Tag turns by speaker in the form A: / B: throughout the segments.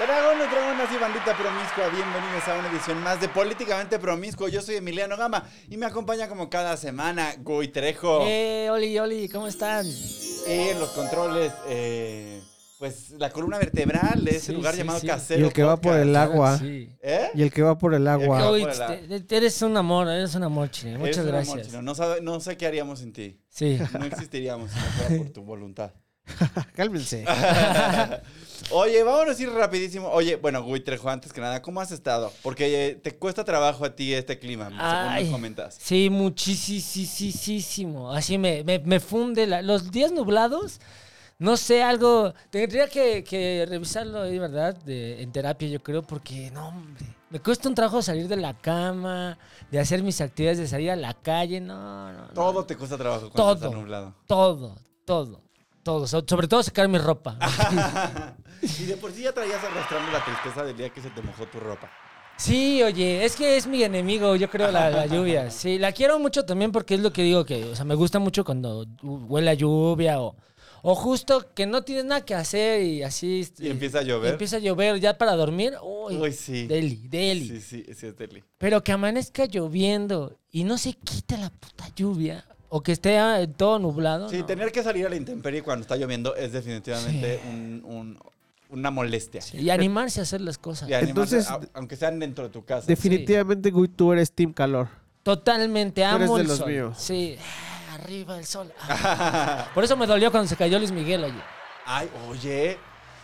A: Dragones, dragonas y bandita promiscua, bienvenidos a una edición más de Políticamente Promiscuo. Yo soy Emiliano Gama y me acompaña como cada semana Gui Trejo.
B: Eh, Oli, Oli, ¿cómo están?
A: Eh, los controles, eh, pues la columna vertebral de ese
B: Sí,
A: lugar
B: sí,
A: llamado
B: sí.
A: Casero.
C: Y el que va por
A: Podcast.
C: el agua.
B: Sí.
A: ¿Eh?
C: Y el que va por el agua.
B: Oye,
A: Hola.
B: te- te- eres un amor, eres un amor, chile.
A: Eres
B: Muchas
A: un amor,
B: gracias.
A: chino. No, sabe- no sé qué haríamos sin ti.
B: Sí.
A: No existiríamos si no fuera por tu voluntad.
C: Cálmense.
A: Oye, vámonos a ir rapidísimo. Oye, bueno, Gui Trejo, antes que nada, ¿cómo has estado? Porque eh, te cuesta trabajo a ti este clima, según
B: Ay.
A: me comentas.
B: Sí, muchísimo. Así me, me, me funde la- los días nublados. No sé, algo. Tendría que, que revisarlo ahí, ¿verdad? De- en terapia, yo creo, porque no, hombre. Me cuesta un trabajo salir de la cama, de hacer mis actividades, de salir a la calle. No, no. no.
A: Todo te cuesta trabajo cuando
B: Todo.
A: está nublado.
B: Todo, todo, todo. So- Sobre todo sacar mi ropa.
A: y de por sí ya traías arrastrando la tristeza del día que se te mojó tu ropa.
B: Sí, oye, es que es mi enemigo, yo creo, la, la lluvia. Sí, la quiero mucho también porque es lo que digo que, o sea, me gusta mucho cuando hu- huele a lluvia o, o justo que no tienes nada que hacer y así.
A: Y
B: eh,
A: empieza a llover.
B: Empieza a llover ya para dormir. Uy,
A: Uy, sí.
B: Deli, deli.
A: Sí, sí, sí, es Deli.
B: Pero que amanezca lloviendo y no se quite la puta lluvia o que esté ah, todo nublado.
A: Sí,
B: no.
A: tener que salir a la intemperie cuando está lloviendo es definitivamente un- un- una molestia.
B: Sí, Y animarse a hacer las cosas.
A: Y animarse,
C: Entonces,
A: a- aunque sean dentro de tu casa.
C: Definitivamente, Gui, tú eres Team Calor.
B: Totalmente, amo
C: eres de
B: el
C: los
B: sol.
C: míos.
B: Sí, ah, arriba el sol. Por eso me dolió cuando se cayó Luis Miguel, oye.
A: Ay, oye,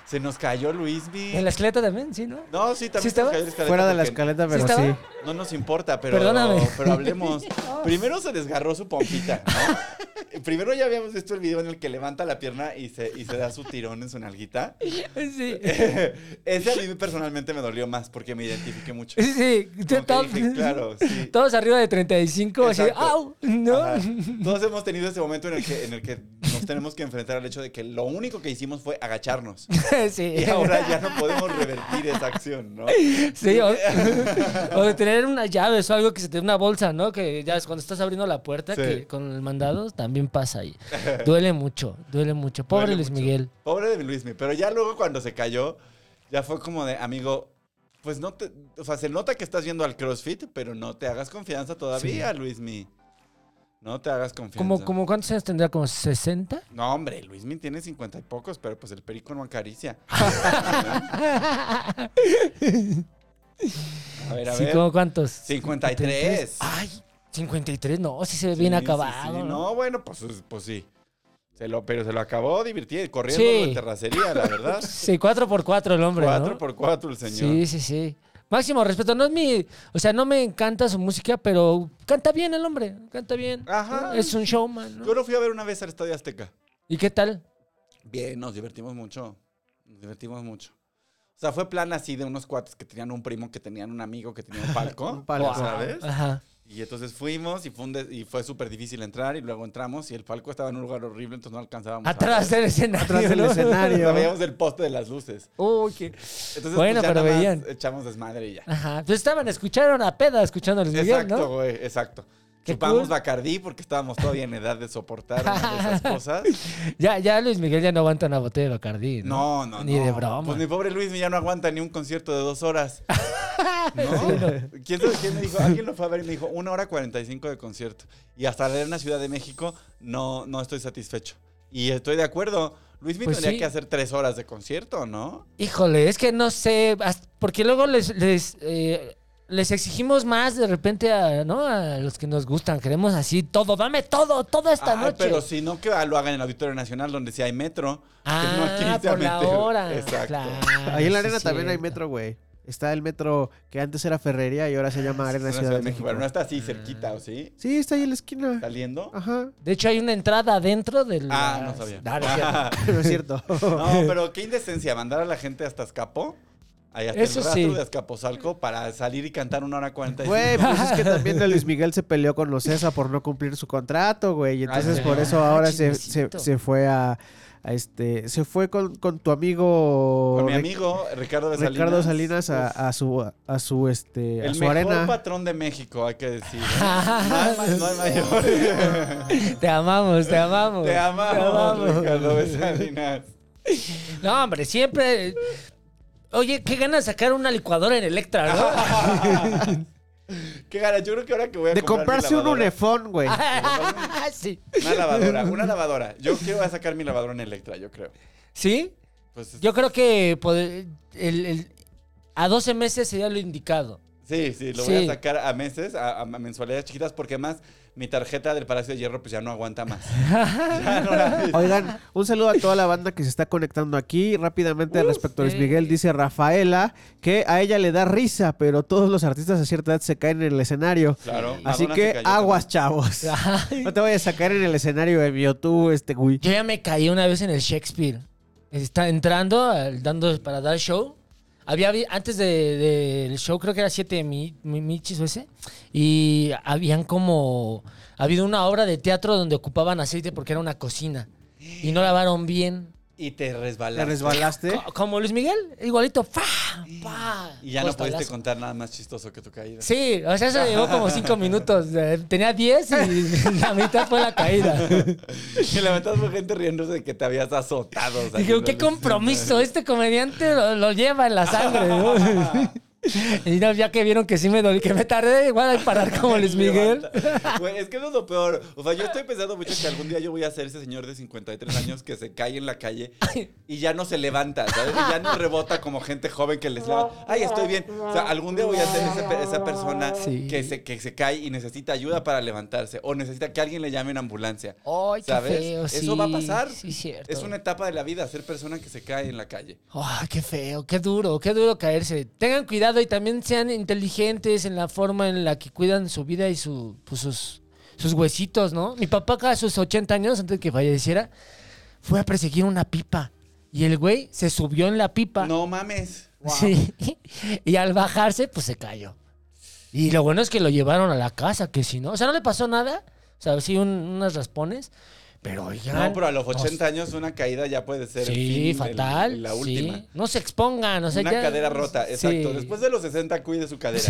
A: se nos cayó Luis
B: En la escaleta también, sí, ¿no?
A: No, sí,
B: ¿Sí
A: también se nos
B: estaba?
A: cayó la escaleta
C: Fuera de la
A: porque
C: escaleta, pero
B: estaba?
C: sí.
A: No nos importa, pero,
B: Perdóname. Oh.
A: pero hablemos. Primero se desgarró su pompita, ¿no? Primero ya habíamos visto el video en el que levanta la pierna y se, y se da su tirón en su nalguita.
B: Sí.
A: Eh, Ese a mí personalmente me dolió más porque me identifiqué mucho.
B: Sí, sí.
A: Como que
B: Todos-
A: dije, claro, sí.
B: Todos arriba de 35,
A: Exacto.
B: así, ¡au! ¿No?
A: Ajá. Todos hemos tenido ese momento en el, que, en el que nos tenemos que enfrentar al hecho de que lo único que hicimos fue agacharnos.
B: sí.
A: Y ahora ya no podemos revertir esa acción, ¿no? Eh,
B: Sí, o, o de tener unas llaves o algo que se te dé una bolsa, ¿no? Que ya es cuando estás abriendo la puerta
A: Sí.
B: que con el mandado también pasa ahí. Duele mucho, duele mucho. Pobre
A: Duele
B: Luis
A: mucho.
B: Miguel.
A: Pobre de Luismi, pero ya luego cuando se cayó, ya fue como de, amigo, pues no te, o sea, se nota que estás yendo al CrossFit, pero no te hagas confianza todavía, Luismi. No te hagas confianza.
B: Como, como ¿Cuántos años tendrá? ¿Como 60?
A: No, hombre, Luismi tiene cincuenta y pocos, pero pues el perico no acaricia. a ver, a
B: Ah, Sí,
A: ver.
B: ¿como cuántos?
A: 53.
B: Ay, 53, no, sí se ve Ah, bien
A: Sí, sí,
B: acabado.
A: sí.
B: ¿no?
A: No, bueno, pues, pues sí. Se lo, pero se lo acabó divirtiendo, corriendo
B: Sí.
A: en terracería, la verdad.
B: Sí, 4 por 4 el hombre,
A: Cuatro
B: ¿no?
A: por cuatro el señor.
B: Sí, sí, sí. Máximo respeto, no es mi, o sea, no me encanta su música, pero canta bien el hombre, canta bien.
A: Ajá.
B: Es un showman, ¿no?
A: Yo lo fui a ver una vez al Estadio Azteca.
B: ¿Y qué tal?
A: Bien, nos divertimos mucho. Nos divertimos mucho. O sea, fue plan así de unos cuates que tenían un primo, que tenían un amigo, que tenía un palco.
C: Un palco.
A: ya ¿Sabes?
B: Ajá.
A: Y entonces fuimos y fue, un de- y fue súper difícil entrar y luego entramos y el palco estaba en un lugar horrible, entonces no alcanzábamos. a
B: Atrás ¿eh?
A: ver.
B: del escenario.
C: Atrás del
B: ¿no?
C: escenario.
A: No veíamos el poste de las luces.
B: Uy, qué.
A: Entonces, pues
B: Bueno,
A: ya
B: pero
A: nada más
B: veían.
A: Echamos desmadre y ya.
B: Ajá. Pues estaban, escucharon a peda, escuchando a Luis Pues Miguel,
A: exacto,
B: ¿no?
A: güey, exacto.
B: Qué
A: Chupamos
B: cool.
A: Bacardí porque estábamos todavía en edad de soportar una de esas cosas.
B: Ya, ya Luis Miguel ya no aguanta una botella de Bacardí.
A: No, no,
B: Ni
A: no.
B: de broma.
A: Pues mi pobre Luis ya no aguanta ni un concierto de dos horas. ¿No? ¿Quién sabe quién me dijo? Alguien lo fue a ver y me dijo, una hora cuarenta y cinco de concierto. Y hasta leer una Ciudad de México, no, no estoy satisfecho. Y estoy de acuerdo. Luis
B: Pues
A: tendría
B: sí.
A: que hacer tres horas de concierto, ¿no?
B: Híjole, es que no sé, as- porque luego les, les, eh, les exigimos más de repente a, ¿no? a los que nos gustan. Queremos así todo, dame todo, toda esta
A: Ay,
B: noche.
A: Pero si no, que lo hagan en el Auditorio Nacional, donde sí hay metro. que no
B: ah,
A: aquí se
B: por la
A: meten.
B: hora.
A: Exacto.
B: Claro,
C: Ahí en la
B: sí,
C: arena también hay
B: cierto.
C: metro, güey. Está el metro que antes era Ferrería y ahora se llama Arena
A: No,
C: Ciudad de México.
A: Pero no está así cerquita, ¿o sí?
C: Sí, está ahí en la esquina.
A: ¿Saliendo?
B: Ah,
C: Ajá.
B: De hecho, hay una entrada adentro del.
A: Ah, no sabía.
B: Ah, no es cierto.
C: No es cierto.
A: No,
C: Eh.
A: pero qué indecencia, mandar a la gente hasta Azcapo. Ahí hasta
B: Eso
A: el rastro
B: sí.
A: de Azcapotzalco para salir y cantar una hora cuarenta y
C: Güey, pues es que también el Luis Miguel se peleó con los CESA por no cumplir su contrato, güey. Y entonces
A: sí.
C: por eso
B: Ah,
C: ahora se, se,
B: chismecito.
C: se fue a, a este. Se fue con, con tu amigo.
A: Con mi
C: Ric-
A: amigo Ricardo de Salinas.
C: Ricardo Salinas a, a su a su este a
A: El
C: su
A: mejor
C: arena.
A: patrón de México, hay que decir. ¿eh? No hay ma- no hay mayor.
B: Te amamos, te amamos.
A: Te amamos, Ricardo de Salinas.
B: No, hombre, siempre. Oye, qué ganas de sacar una licuadora en Electra, ¿no?
A: Qué gana, yo creo que ahora que voy a
C: De
A: comprar mi
C: comprarse un
A: lavadora-
C: unefón, güey.
B: sí.
A: Una lavadora, una lavadora. Yo quiero voy a sacar mi lavadora en Electra, yo creo.
B: ¿Sí?
A: Pues, es-
B: Yo creo que pod- el- el- a 12 meses sería lo indicado.
A: Sí, sí, lo voy
B: Sí.
A: a sacar a meses, a, a mensualidades chiquitas, porque además mi tarjeta del Palacio de Hierro pues ya no aguanta más. Ya no la-
C: Oigan, un saludo a toda la banda que se está conectando aquí. Rápidamente, respecto a Luis
B: sí.
C: Miguel, dice Rafaela que a ella le da risa, pero todos los artistas a cierta edad se caen en el escenario.
A: Claro.
C: Así
A: Madonna se
C: que
A: cayó
C: aguas, chavos.
B: Ay.
C: No te vayas a caer en el escenario de YouTube, este güey.
B: Yo ya me caí una vez en el Shakespeare. Está entrando, al- dando para dar show. Había habi- antes del de, del show, creo que era siete mi, mi- michis o ese. Y habían como. Ha habido una obra de teatro donde ocupaban aceite porque era una cocina. Y no lavaron bien.
A: Y te
C: Te
A: resbalaste.
C: resbalaste.
B: Co- Como Luis Miguel, igualito. ¡Fa! ¡Pa!
A: Y ya no
B: Costalazo.
A: pudiste contar nada más chistoso que tu caída.
B: Sí, o sea, eso llevó como cinco minutos. Eh, Tenía diez y la mitad fue la caída.
A: Y la verdad fue gente riéndose de que te habías azotado.
B: Dije,
A: saliendo
B: qué
A: del- eh".
B: compromiso, este comediante lo, lo lleva en la sangre, ¿no? Y no, ya que vieron que sí me dolí, que me tardé igual al parar como Luis Miguel.
A: Levanta. Güey, es que eso es lo peor. O sea, yo estoy pensando mucho que algún día yo voy a ser ese señor de 53 años que se cae en la calle y ya no se levanta, ¿sabes? Y ya no rebota como gente joven que les levanta. Ay, estoy bien. O sea, algún día voy a ser ese pe- esa persona
B: Sí.
A: que, se, que se cae y necesita ayuda para levantarse o necesita que alguien le llame en ambulancia.
B: Ay, qué
A: ¿Sabes?
B: feo,
A: Eso
B: sí,
A: va a pasar.
B: sí, cierto.
A: Es una etapa de la vida, ser persona que se cae en la calle.
B: Ay, qué feo, qué duro, qué duro caerse. Tengan cuidado y también sean inteligentes en la forma en la que cuidan su vida y su, pues, sus, sus huesitos, ¿no? Mi papá acá a sus 80 años, antes de que falleciera, fue a perseguir una pipa. Y el güey se subió en la pipa.
A: No mames.
B: Sí. Y al bajarse, pues se cayó. Y lo bueno es que lo llevaron a la casa, que si no. O sea, no le pasó nada. O sea, sí, un- unas raspones. Pero oigan.
A: No, pero a los 80 años una caída ya puede ser el fin
B: Sí,
A: del-
B: fatal.
A: la
B: sí.
A: última.
B: No se expongan. O sea,
A: una
B: ya-
A: cadera rota,
B: sí.
A: exacto. Después de los 60, cuide su cadera.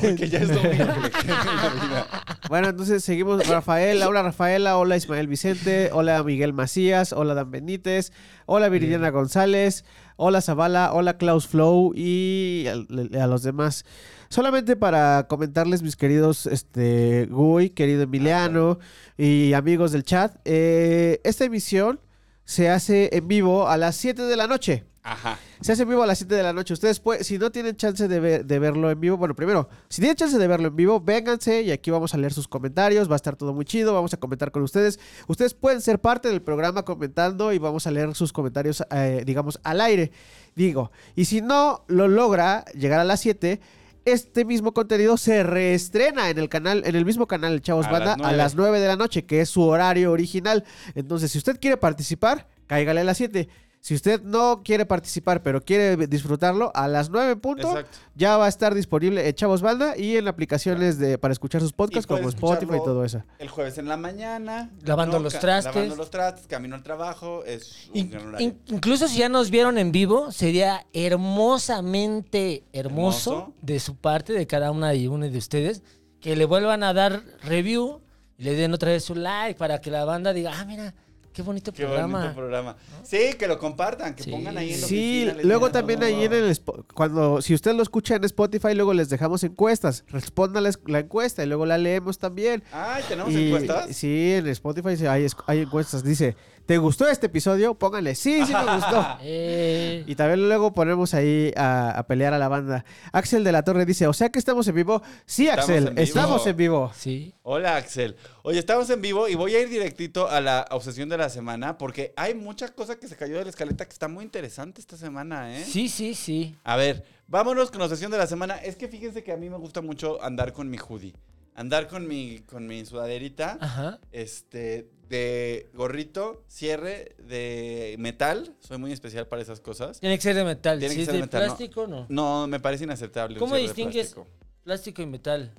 A: Porque ya es lo único que le queda en la vida.
C: Bueno, entonces seguimos. Rafael, hola Rafaela, hola Ismael Vicente, hola Miguel Macías, hola Dan Benítez, hola Viridiana González, hola Zavala, hola Klaus Flow y a, a los demás. Solamente para comentarles, mis queridos este, Gui, querido Emiliano y amigos del chat, eh, esta emisión se hace en vivo a las 7 de la noche.
A: Ajá.
C: Se hace en vivo a las 7 de la noche. Ustedes, pues, si no tienen chance de, ver- de verlo en vivo, bueno, primero, si tienen chance de verlo en vivo, vénganse y aquí vamos a leer sus comentarios. Va a estar todo muy chido. Vamos a comentar con ustedes. Ustedes pueden ser parte del programa comentando y vamos a leer sus comentarios, eh, digamos, al aire. Digo, y si no lo logra llegar a las 7. Este mismo contenido se reestrena en el canal, en el mismo canal, Chavos
A: A las
C: Banda, a
A: nueve.
C: las 9 de la noche, que es su horario original. Entonces, si usted quiere participar, cáigale a las 7. Si usted no quiere participar, pero quiere disfrutarlo, a las 9 en punto
A: Exacto.
C: ya va a estar disponible en Chavos Banda y en aplicaciones de, para escuchar sus podcasts
A: Y puede
C: como Spotify y
A: escucharlo
C: todo eso.
A: El jueves en la mañana.
B: Lavando los
A: ca-
B: trastes.
A: Lavando los trastes, camino al trabajo. Es un
B: In-
A: gran horario.
B: in- incluso si ya nos vieron en vivo, sería hermosamente hermoso,
A: Hermoso.
B: de su parte, de cada una y uno de ustedes, que le vuelvan a dar review y le den otra vez su like para que la banda diga, ah, mira, qué bonito
A: Qué
B: programa.
A: bonito programa. Sí, que lo compartan, que
B: Sí.
A: pongan ahí en la
C: Sí,
A: oficina, les
C: luego
A: digan, "Oh,
C: también
A: "No,
C: ahí en el Spo- cuando si usted lo escucha en Spotify, luego les dejamos encuestas, respondan la, es- la encuesta y luego la leemos también.
A: Ay, tenemos
C: Y-
A: encuestas.
C: Sí, en Spotify sí hay, es- hay encuestas. Dice, ¿Te gustó este episodio? Pónganle, sí, sí me gustó.
B: Eh,
C: Y también luego ponemos ahí a, a pelear a la banda. Axel de la Torre dice, o sea que estamos en vivo. Sí,
A: Estamos
C: Axel,
A: en vivo.
C: estamos en vivo.
B: sí.
A: Hola Axel. Oye, estamos en vivo y voy a ir directito a la obsesión de la semana porque hay mucha cosa que se cayó de la escaleta que está muy interesante esta semana, ¿eh?
B: Sí, sí, sí.
A: A ver, vámonos con la obsesión de la semana. Es que fíjense que a mí me gusta mucho andar con mi hoodie. Andar con mi, con mi sudaderita,
B: Ajá.
A: este, de gorrito, cierre, de metal. Soy muy especial para esas cosas.
B: Tiene que ser de metal.
A: Tiene
B: Si
A: que
B: es
A: ser
B: de
A: de metal, ¿no?
B: plástico, no.
A: No, me parece inaceptable. un
B: ¿Cómo
A: cierre de
B: distingues?
A: plástico.
B: Plástico y metal.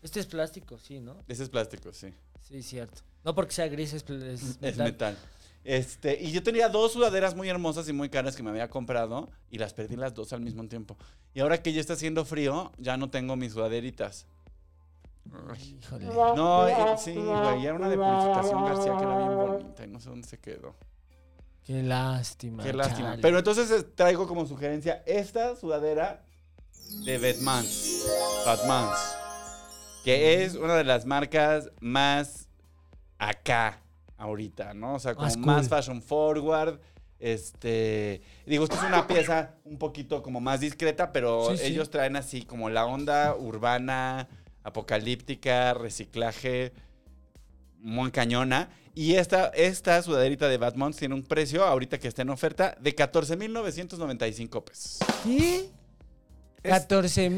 B: Este es plástico, sí, ¿no?
A: Ese es plástico, sí.
B: Sí, cierto. No porque sea gris, es, pl- es
A: Es
B: metal.
A: metal. Este, y yo tenía dos sudaderas muy hermosas y muy caras que me había comprado y las perdí las dos al mismo tiempo. Y ahora que ya está haciendo frío, ya no tengo mis sudaderitas. Ay.
B: Híjole.
A: No, eh, sí, güey, era una de Purificación García que era bien bonita y no sé dónde se quedó.
B: Qué lástima.
A: Qué lástima.
B: chale.
A: Pero entonces eh, traigo como sugerencia esta sudadera de Batmans. Batmans. Que es una de las marcas más acá ahorita, ¿no? O sea, como
B: Más
A: más,
B: Ah, cool.
A: fashion forward. Este, digo, esta es una pieza un poquito como más discreta, pero
B: Sí, sí.
A: ellos traen así como la onda urbana, apocalíptica, reciclaje, muy cañona. Y esta, esta sudaderita de Batman tiene un precio, ahorita que está en oferta, de 14,995 pesos.
B: ¿Qué?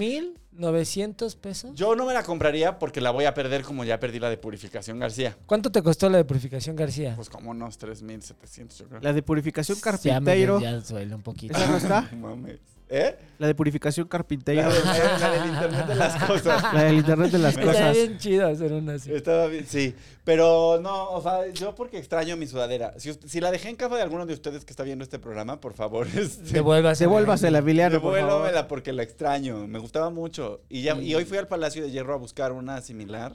B: 14,900 pesos.
A: Yo no me la compraría porque la voy a perder como ya perdí la de Purificación García.
B: ¿Cuánto te costó la de purificación, García?
A: Pues como unos 3,700, yo creo.
C: La de purificación
B: Ya me
C: carpintero.
B: ya duele un poquito.
C: ¿Esa no está?
A: No mames. ¿Eh?
C: La de purificación carpintero.
A: La, de- la- la del internet de las cosas.
C: La del internet de las
A: Me-
B: Está
C: cosas.
B: bien chido hacer una así.
A: Estaba bien, sí. Pero no, o sea, yo porque extraño mi sudadera. Si, usted- si la dejé en casa de alguno de ustedes que está viendo este programa, por favor, este,
B: Devuélvase. ¿eh?
C: Devuélvasela, Emiliano, por favor.
A: Devuélvamela porque la extraño. Me gustaba mucho. Y, ya, y hoy fui al Palacio de Hierro a buscar una similar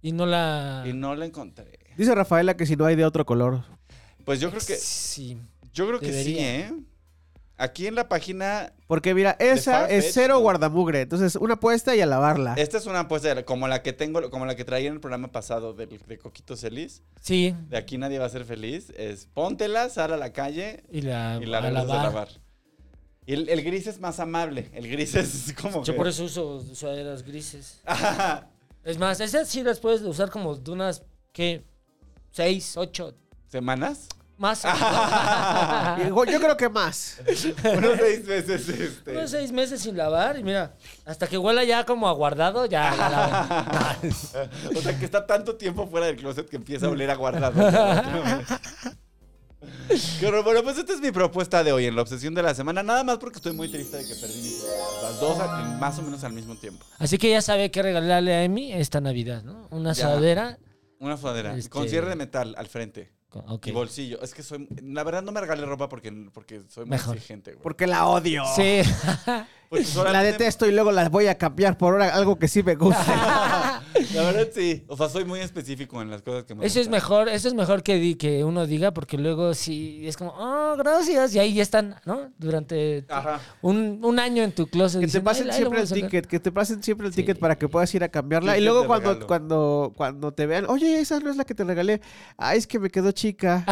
B: Y no la.
A: y no la encontré.
C: Dice Rafaela que si no hay de otro color.
A: Pues yo creo que,
B: Sí.
A: yo creo que sí,
B: Debería.
A: ¿eh? Aquí en la página,
C: Porque mira, esa
A: Farfetch,
C: es cero
A: ¿no?
C: guardamugre. Entonces, una puesta y a lavarla.
A: esta es una apuesta de- como la que tengo, como la que traía en el programa pasado del, de Coquito Celis.
B: Sí.
A: De aquí nadie va a ser feliz. Es póntela, sal a la calle
B: Y la,
A: y la
B: a
A: regresas a
B: lavar.
A: lavar. Y el, el gris es más amable. El gris es como.
B: Yo
A: que-
B: por eso uso sudaderas grises. Es más, esas sí las puedes usar como de unas, ¿qué? Seis, ocho,
A: ¿Semanas?
B: más.
C: Y Yo yo creo que más.
A: Unos seis meses. Este.
B: Unos seis meses sin lavar y mira, hasta que huela ya como aguardado, ya la lavo.
A: O sea, que está tanto tiempo fuera del closet que empieza a oler a guardado. Qué horror. Bueno, pues esta es mi propuesta de hoy en la obsesión de la semana. Nada más porque estoy muy triste de que perdí mis cosas. las dos al- más o menos al mismo tiempo.
B: Así que ya sabe qué regalarle a Emi esta Navidad, ¿no? Una
A: Ya.
B: sudadera.
A: Una sudadera
B: Este-
A: con cierre de metal al frente
B: con- ok.
A: y bolsillo. Es que soy. La verdad, no me regalé ropa porque, porque soy muy
B: Mejor.
A: exigente, güey.
C: Porque la odio.
B: Sí.
A: Porque
C: La
A: solamente-
C: detesto y luego la voy a cambiar por ahora algo que sí me gusta.
A: La verdad, sí. O sea, soy muy específico en las cosas que me
B: Eso es
A: gustan.
B: mejor, eso es mejor que, di- que uno diga, porque luego sí es como, oh, gracias, y ahí ya están, ¿no? Durante
A: Ajá.
B: un, un año en tu closet.
C: Que te
B: diciendo, "Ay,
C: pasen
B: ay, lo
C: siempre
B: voy a
C: el
B: sacar".
C: ticket, que te pasen siempre el
B: Sí.
C: ticket para que puedas ir a cambiarla. Y
A: Ticket
C: luego
A: de
C: cuando,
A: regalo.
C: cuando, cuando te vean, oye, esa no es la que te regalé. Ay, es que me quedó chica.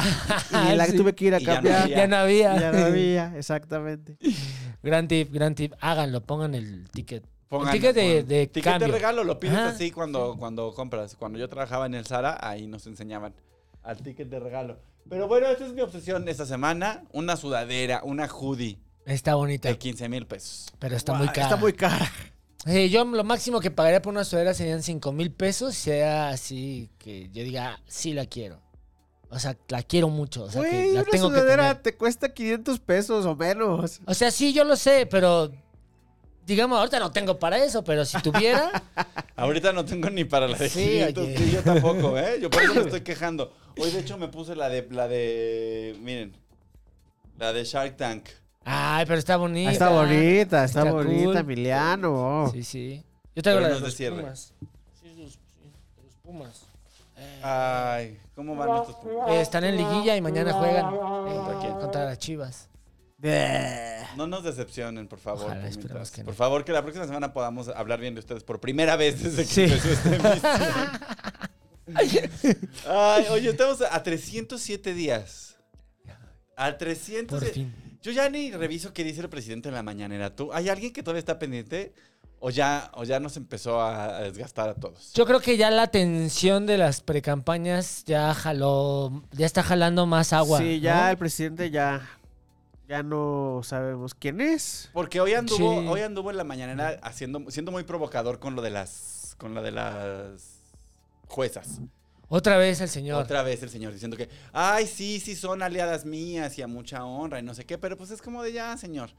C: y la que
B: Ah, Sí.
C: tuve que ir a
A: Y ya no
C: cambiar.
A: había.
B: Ya no había.
C: Ya no había, exactamente.
B: gran tip, gran tip. Háganlo, pongan el ticket.
A: Pongan-
B: el ticket de,
A: pongan-
B: de
A: ticket
B: cambio.
A: de regalo lo pides
B: Ajá.
A: así cuando, cuando compras. Cuando yo trabajaba en el Zara, ahí nos enseñaban al ticket de regalo. Pero bueno, esta es mi obsesión esta semana. Una sudadera, una hoodie
B: Está bonita,
A: de 15 mil pesos.
B: pero está
C: Guau,
D: Ah,
B: muy cara.
C: Está muy cara.
B: Sí, yo lo máximo que pagaría por una sudadera serían 5 mil pesos, sea así que yo diga, "Ah, sí la quiero. O sea, la quiero mucho. O sea,
C: Güey,
B: que la
C: una
B: tengo que
C: sudadera
B: tener.
C: te cuesta 500 pesos o menos.
B: O sea, sí, yo lo sé, pero digamos, ahorita no tengo para eso, pero si tuviera,
A: Ahorita no tengo ni para la de
B: Sí,
A: 500,
B: oye.
A: que yo tampoco, ¿eh? Yo por eso me estoy quejando. Hoy, de hecho, me puse la de, la de, miren, la de Shark Tank.
B: ay, pero está bonita.
C: Ah, está bonita, está,
B: Está
C: bonita,
B: cool.
C: Emiliano.
B: Sí, sí. Yo traigo
A: Pero no
B: la de
A: es de
B: los
A: cierre.
B: Pumas. Sí, los, sí, los Pumas.
A: Ay, ¿cómo van estos?
B: Eh, están en liguilla y mañana juegan eh,
A: ¿Contra quién?
B: contra las Chivas.
A: No nos decepcionen, por favor.
B: Ojalá,
A: pumitas.
B: esperemos que no.
A: Por favor, que la próxima semana podamos hablar bien de ustedes por primera vez desde que
C: Sí.
A: empezó este emisión. Ay, oye, estamos a 307 días. A 300.
B: Por fin.
A: Yo ya ni reviso qué dice el presidente en la mañanera. ¿Tú? ¿Hay alguien que todavía está pendiente? ¿O ya, o ya nos empezó a a desgastar a todos?
B: Yo creo que ya la tensión de las precampañas ya jaló, ya está jalando más agua.
C: sí, ya
B: ¿no?
C: el presidente ya, ya no sabemos quién es.
A: Porque hoy anduvo,
B: Sí.
A: hoy anduvo en la mañanera haciendo, siendo muy provocador con lo de las, con lo de las juezas.
B: Otra vez el señor.
A: Otra vez el señor diciendo que, ay, sí, sí, son aliadas mías y a mucha honra y no sé qué, pero pues es como de ya, señor.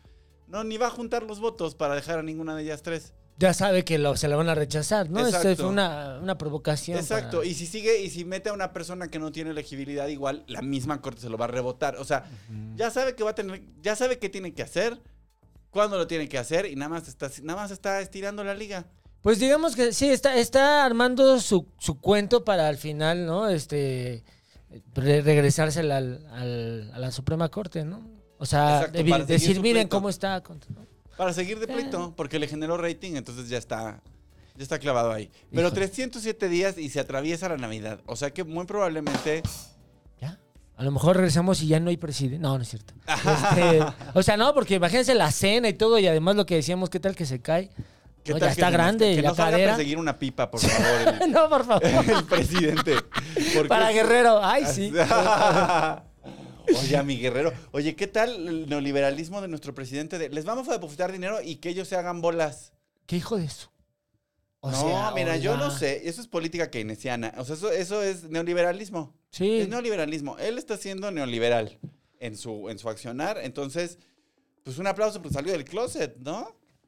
A: No, ni va a juntar los votos para dejar a ninguna de ellas tres.
B: Ya sabe que lo- se la van a rechazar, ¿no? Eso
A: Exacto.
B: fue una, una provocación.
A: Exacto.
B: para-
A: Y si sigue, y si mete a una persona que no tiene elegibilidad, igual la misma corte se lo va a rebotar. O sea, ya sabe que va a tener, ya sabe qué tiene que hacer, cuándo lo tiene que hacer, y nada más está, nada más está estirando la liga.
B: Pues digamos que sí, está, está armando su, su cuento para al final, ¿no? Este re- regresársela al- al- a la Suprema Corte, ¿no? O sea,
A: Exacto,
B: evi-
A: para seguir
B: decir,
A: su
B: miren
A: pleito".
B: cómo está. con- ¿no?
A: Para seguir de pleito, porque le generó rating, entonces ya está, ya está clavado ahí. Pero
B: Híjole.
A: 307 días y se atraviesa la Navidad. O sea que muy probablemente.
B: ¿Ya? A lo mejor regresamos y ya no hay presidente. No, no es cierto. Este, o sea, no, porque imagínense la cena y todo, y además lo que decíamos, ¿qué tal que se cae?
A: ¿qué
B: No,
A: tal
B: ya
A: que
B: está
A: se nos-
B: grande
A: que
B: la
A: nos haga
B: cadera.
A: perseguir una pipa, por favor, el,
B: no, por favor.
A: el presidente. Porque-
B: Para Guerrero. Ay, sí.
A: Oye, mi guerrero. Oye, ¿qué tal el neoliberalismo de nuestro presidente? de, les vamos a depositar dinero y que ellos se hagan bolas.
B: ¿Qué hijo de eso?
A: no, mira, yo no sé. Eso es política keynesiana. O sea, eso, eso es neoliberalismo.
B: Sí.
A: Es neoliberalismo. Él está siendo neoliberal en su, en su accionar. Entonces, pues un aplauso por salió del closet, ¿no?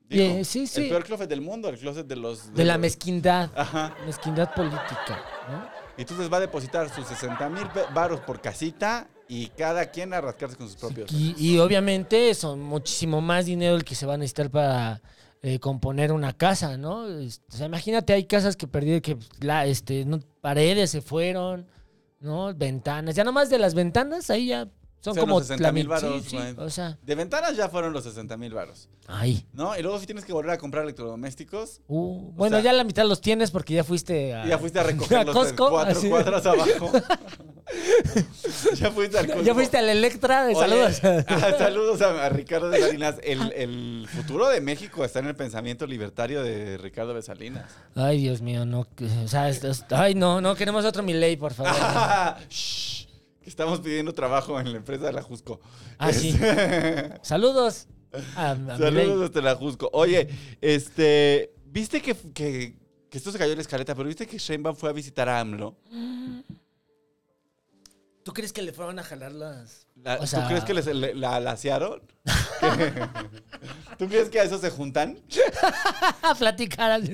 B: Bien, sí, sí.
A: El peor closet del mundo, el closet de los...
B: De la
A: los-
B: mezquindad.
A: Ajá.
B: Mezquindad política, ¿no?
A: Y entonces va a depositar sus 60 mil varos por casita y cada quien a rascarse con sus propios.
B: Y, y obviamente son muchísimo más dinero el que se va a necesitar para eh, componer una casa, ¿no? Es- O sea, imagínate, hay casas que perdieron, que la, este, no, paredes se fueron, ¿no? Ventanas. Ya nomás de las ventanas, ahí ya son
A: Son
B: como
A: los 60
B: la
A: mil
B: mit-
A: varos,
B: sí, sí,
A: güey.
B: O sea,
A: De ventanas ya fueron los 60 mil varos,
B: ahí.
A: ¿no? Y luego si tienes que volver a comprar electrodomésticos,
B: Uh, bueno,
A: sea-
B: ya la mitad los tienes porque ya fuiste Ah. a.
A: y ya fuiste a recogerlos de
B: Costco,
A: cuatro
B: así.
A: cuadras abajo. ya fuiste al Costco.
B: Ya fuiste al Electra, de
A: Oye,
B: saludos. Ah.
A: ah, saludos a, a Ricardo de Salinas. El, el futuro de México está en el pensamiento libertario de Ricardo de Salinas.
B: Ay, Dios mío, no. que- O sea, esto es- ay, no, no queremos otro Milei, por favor. Ah.
A: Shh, que estamos pidiendo trabajo en la empresa de la Jusco. Este,
B: Ah, sí. Saludos a, a Milei.
A: Saludos desde la Jusco. Oye, este, viste que, que- que esto se cayó en la escaleta, pero viste que Sheinbaum fue a visitar a AMLO.
B: ¿Tú crees que le fueron a jalar las.?
A: La-
B: O sea-
A: ¿Tú crees que les- le- la lasearon? ¿Tú crees que a eso se juntan?
B: A platicar. así.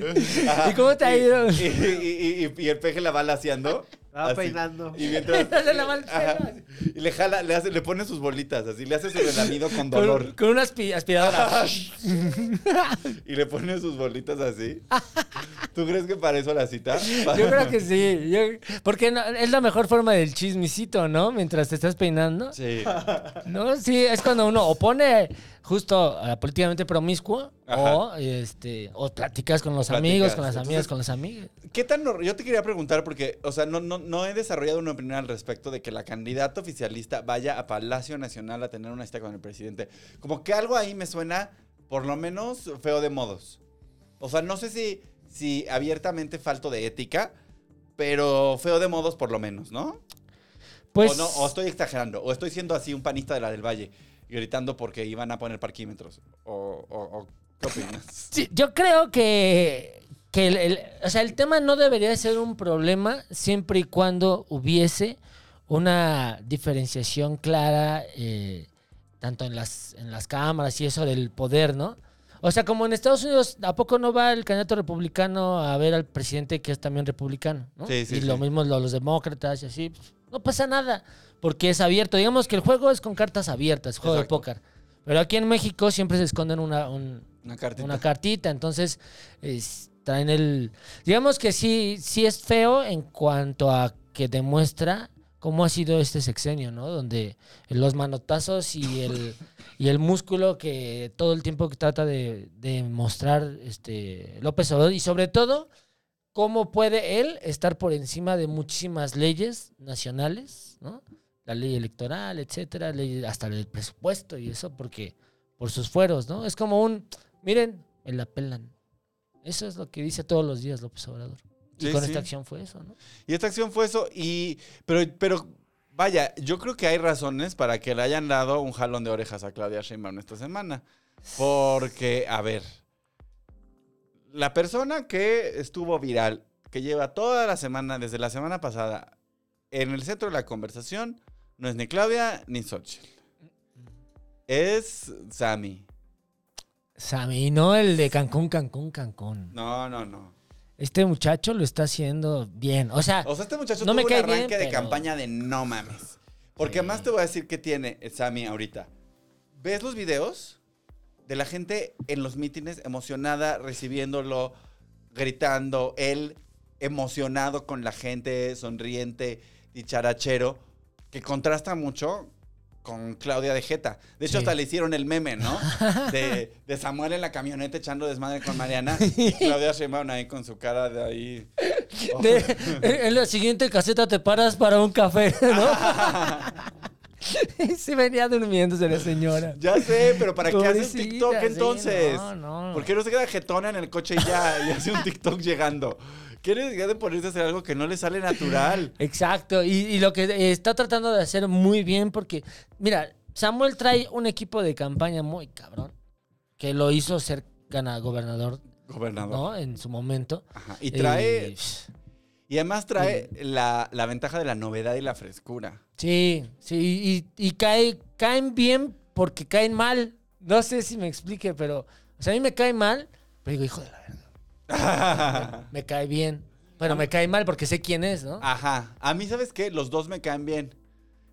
A: Ajá.
B: ¿Y cómo te ha ido?
A: Y, y- y- y- y el peje la va laseando.
C: La va
A: así.
C: peinando.
A: Y mientras-
B: Se la va al
A: Ajá.
B: pelo, así.
A: Y le jala, le, hace, le pone sus bolitas, así le hace su relamido con
B: Con,
A: dolor.
B: con una aspi- aspiradora.
A: y le pone sus bolitas así. ¿Tú crees que para eso la cita?
B: Yo creo que sí. yo- porque no- es la mejor forma del chismicito, ¿no? Mientras te estás peinando.
A: Sí.
B: No, sí, es cuando uno o pone justo a la políticamente promiscuo
A: Ajá.
B: o este o platicas con los
A: Platicas,
B: amigos, con las
A: entonces-
B: amigas, con los amigos.
A: ¿Qué tan hor- Yo te quería preguntar porque, o sea, no, no, no he desarrollado una opinión al respecto de que la candidata oficialista vaya a Palacio Nacional a tener una cita con el presidente. Como que algo ahí me suena, por lo menos, feo de modos. O sea, no sé si, si abiertamente falto de ética, pero feo de modos por lo menos, ¿no?
B: Pues
A: O, no, o estoy exagerando, o estoy siendo así un panista de la del Valle, gritando porque iban a poner parquímetros. O, o- o- ¿Qué opinas?
B: sí, yo creo que que el, el- o sea, el tema no debería ser un problema siempre y cuando hubiese una diferenciación clara eh, tanto en las en las cámaras y eso del poder, ¿no? O sea, como en Estados Unidos, ¿a poco no va el candidato republicano a ver al presidente que es también republicano? ¿no?
A: Sí, sí,
B: y lo
A: sí.
B: mismo lo- los demócratas y así. pues, No pasa nada, porque es abierto. Digamos que el juego es con cartas abiertas, juego
A: Exacto.
B: de póker. Pero aquí en México siempre se esconden una, un-
A: Una cartita.
B: una cartita. Entonces, es- traen el. Digamos que sí, sí es feo en cuanto a que demuestra cómo ha sido este sexenio, ¿no? Donde los manotazos y el, y el músculo que todo el tiempo que trata de, de mostrar este López Obrador. Y sobre todo, cómo puede él estar por encima de muchísimas leyes nacionales, ¿no? La ley electoral, etcétera, ley- hasta el presupuesto y eso, porque por sus fueros, ¿no? Es como un, miren, me la pelan. Eso es lo que dice todos los días López Obrador. Y
A: Sí,
B: con
A: sí.
B: esta acción fue eso, ¿no?
A: Y esta acción fue eso. Y. Pero, pero vaya, yo creo que hay razones para que le hayan dado un jalón de orejas a Claudia Sheinbaum esta semana. Porque, a ver. La persona que estuvo viral, que lleva toda la semana, desde la semana pasada, en el centro de la conversación, no es ni Claudia ni Xochitl. Es Sammy.
B: Sammy, no el de Cancún, Cancún, Cancún.
A: No, no, no.
B: Este muchacho lo está haciendo bien. O sea,
A: O sea, este muchacho
B: No
A: tuvo
B: me
A: un
B: cae
A: arranque
B: bien,
A: de
B: pero-
A: campaña de no mames. Porque
B: Sí.
A: además te voy a decir qué tiene Sammy ahorita. ¿Ves los videos de la gente en los mítines emocionada, recibiéndolo, gritando, él emocionado con la gente, sonriente, dicharachero, que contrasta mucho con Claudia de Jeta. De hecho,
B: Sí.
A: hasta le hicieron el meme, ¿no? De, de Samuel en la camioneta echando desmadre con Mariana y Claudia Sheinbaum ahí con su cara de ahí.
B: de- en la siguiente caseta te paras para un café, ¿no? sí venía durmiéndose la señora.
A: Ya sé, pero ¿para qué haces
B: Pobrecita,
A: TikTok
B: sí,
A: entonces?
B: no, no.
A: ¿Por qué no se queda jetona en el coche y ya y hace un TikTok llegando? ¿Qué necesidad de ponerse a hacer algo que no le sale natural?
B: Exacto, y, y lo que eh, está tratando de hacer muy bien, porque, mira, Samuel trae un equipo de campaña muy cabrón, que lo hizo ser gana- gobernador,
A: Gobernador.
B: ¿no? En su momento.
A: Ajá. Y trae.
B: Eh,
A: Y además trae la, la ventaja de la novedad y la frescura.
B: sí, sí, y, y cae, caen bien porque caen mal. No sé si me explique, pero, o sea, a mí me cae mal, pero digo, hijo de la verga, me cae bien. Pero me cae mal porque sé quién es,
A: Ah,
B: ¿no?
A: Ajá. A mí, ¿sabes qué? Los dos me caen bien.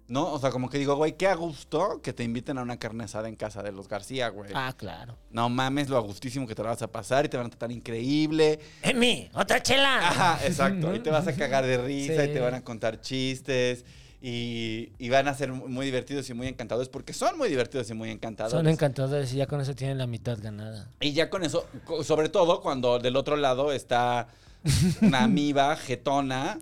A: ¿No? O sea, como que digo, güey, qué a gusto que te inviten a una carne asada en casa de los García, güey.
B: Ah, claro.
A: No mames lo a gustísimo que te la vas a pasar y te van a tratar increíble.
B: ¡Emi! ¡Otra chela!
A: Ajá, exacto. Y te vas a cagar de risa
B: Sí.
A: y te van a contar chistes y, y van a ser muy divertidos y muy encantadores porque son muy divertidos y muy encantadores.
B: Son encantadores y ya con eso tienen la mitad ganada.
A: y ya con eso, co- sobre todo cuando del otro lado está una amiba jetona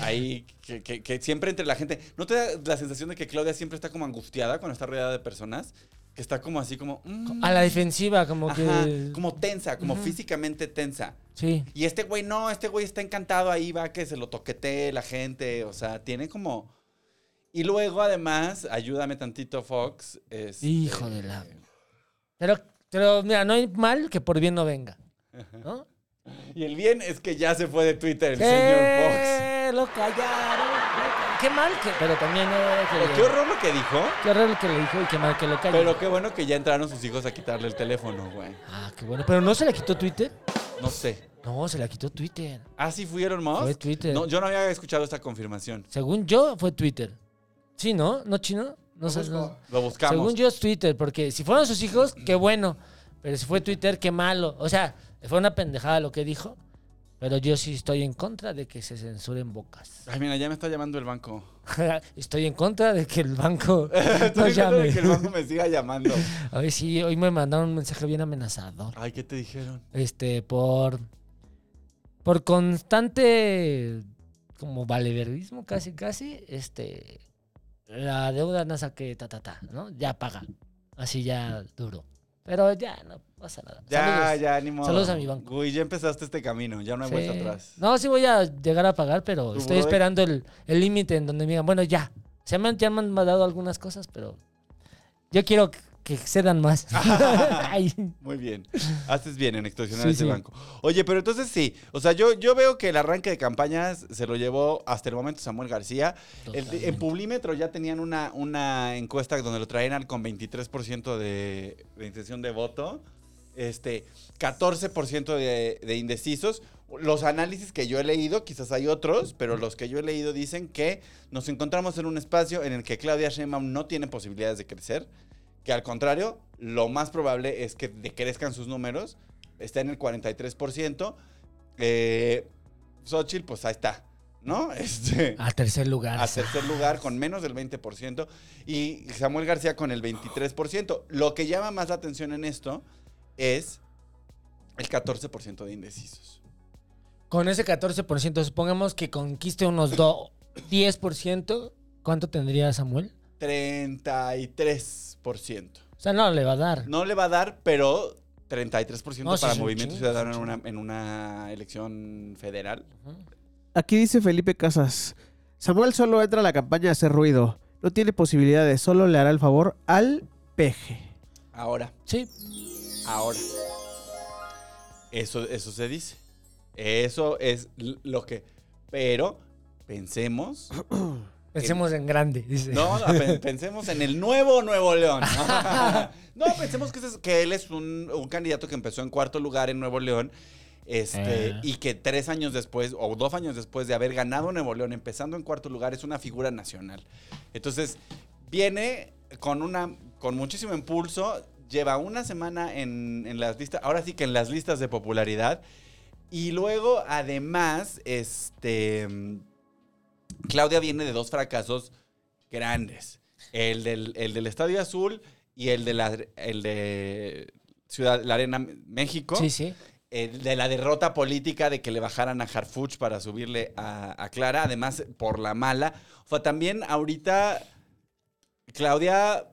A: ahí que, que- que siempre entre la gente. ¿No te da la sensación de que Claudia siempre está como angustiada cuando está rodeada de personas? Que está como así como... mm,
B: A la defensiva, como
A: ajá,
B: que.
A: como tensa, como físicamente tensa.
B: Sí.
A: Y este güey no, este güey está encantado ahí, va que se lo toquetee la gente, o sea, tiene como... Y luego además, ayúdame tantito Fox. este,
B: Hijo de la- Pero, pero mira, no hay mal que por bien no venga. ¿No?
A: Y el bien es que ya se fue de Twitter el señor Fox.
B: ¡Eh! Lo callaron. Qué mal que. Pero también no
A: Pero
B: que.
A: qué horror lo que dijo,
B: qué horror lo que le dijo y qué mal que lo calló.
A: pero qué bueno que ya entraron sus hijos a quitarle el teléfono, güey.
B: Ah, qué bueno. Pero no se la quitó Twitter.
A: No sé.
B: No, se la quitó Twitter.
A: ¿Ah, sí fueron más?
B: Fue Twitter.
A: No, yo no había escuchado esta confirmación.
B: Según yo, fue Twitter. Sí, ¿no? ¿No chino? No sé. no.
A: Lo buscamos.
B: Según yo es Twitter, porque si fueron sus hijos, qué bueno. Pero si fue Twitter, qué malo. O sea, fue una pendejada lo que dijo. Pero yo sí estoy en contra de que se censuren bocas.
A: Ay, mira, ya me está llamando el banco.
B: estoy en contra de que el banco
A: Estoy en contra
B: no
A: de
B: llame.
A: que el banco me siga llamando.
B: Hoy sí, hoy me mandaron un mensaje bien amenazador.
A: Ay, ¿qué te dijeron?
B: Este, por. Por constante. Como valeverismo, casi, casi. Este. La deuda no saqué, ta, ta, ta, ¿no? Ya paga. Así ya duro. Pero ya, no pasa nada.
A: Ya,
B: Saludos.
A: ya, ni modo.
B: Saludos a mi banco.
A: Uy, ya empezaste este camino, ya no hay
B: Sí.
A: vuelta atrás.
B: No, sí voy a llegar a pagar, pero
A: Tu eh.
B: estoy
A: brother-
B: esperando el el límite en donde me digan, bueno, ya. Se me, han- ya me han dado algunas cosas, pero. Yo quiero que- que excedan más. Ay.
A: Muy bien. Haces bien en extorsionar
B: Sí,
A: a ese
B: sí.
A: banco. Oye, pero entonces sí. O sea, yo, yo veo que el arranque de campañas se lo llevó hasta el momento Samuel García. El- en Publímetro ya tenían una, una encuesta donde lo traían al con 23% de, de intención de voto. Este, 14% de, de indecisos. Los análisis que yo he leído, quizás hay otros, pero los que yo he leído dicen que nos encontramos en un espacio en el que Claudia Sheinbaum no tiene posibilidades de crecer, que al contrario, lo más probable es que decrezcan sus números, está en el 43%. Eh, Xochitl, pues ahí está, ¿no? Este,
B: A tercer lugar.
A: a tercer lugar con menos del 20% y Samuel García con el 23%. Lo que llama más la atención en esto es el 14% de indecisos.
B: Con ese 14%, supongamos que conquiste unos do- 10%, ¿cuánto tendría Samuel?
A: 33%.
B: O sea, no le va a dar.
A: No le va a dar, pero 33%
B: No, sí
A: para
B: es un
A: Movimiento
B: chingo,
A: Ciudadano
B: es
A: en
B: un
A: una, en una elección federal.
C: Aquí dice Felipe Casas. Samuel solo entra a la campaña a hacer ruido. No tiene posibilidades, solo le hará el favor al peje.
A: Ahora,
B: Sí.
A: ahora. Eso, eso se dice. Eso es l- lo que... Pero pensemos...
B: Pensemos en grande, dice.
A: No, no, pen- pensemos en el nuevo Nuevo León. No, pensemos que, ese es- que él es un, un candidato que empezó en cuarto lugar en Nuevo León. Este,
B: Ah.
A: Y que tres años después, o dos años después de haber ganado Nuevo León, empezando en cuarto lugar, es una figura nacional. Entonces, viene con una con muchísimo impulso, lleva una semana en, en las listas, ahora sí que en las listas de popularidad. Y luego, además, este. Claudia viene de dos fracasos grandes. El del, el del Estadio Azul y el de la, el de Ciudad, la Arena México.
B: Sí, sí.
A: El eh, de la derrota política de que le bajaran a Harfuch para subirle a, a Clara, además por la mala. O sea, también ahorita Claudia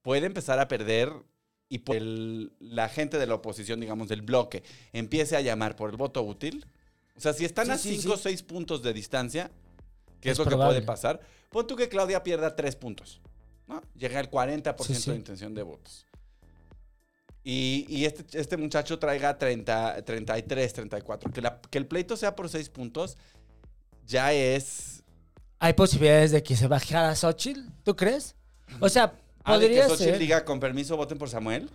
A: puede empezar a perder y por el- la gente de la oposición, digamos, del bloque, empiece a llamar por el voto útil. O sea, si están
B: Sí,
A: a
B: sí,
A: 5
B: sí.
A: o 6 puntos de distancia, que es,
B: Es
A: lo
B: probable.
A: que puede pasar, pon tú que Claudia pierda 3 puntos. ¿no? Llega al 40%
B: Sí, sí.
A: de intención de votos. Y, y este, este muchacho traiga 30, 33, 34. Que, la- que el pleito sea por 6 puntos ya es...
B: ¿Hay posibilidades de que se bajara Xochitl? ¿Tú crees? O sea,
A: Ah, de
B: podría
A: que Xochitl
B: ser.
A: diga, con permiso, voten por Samuel.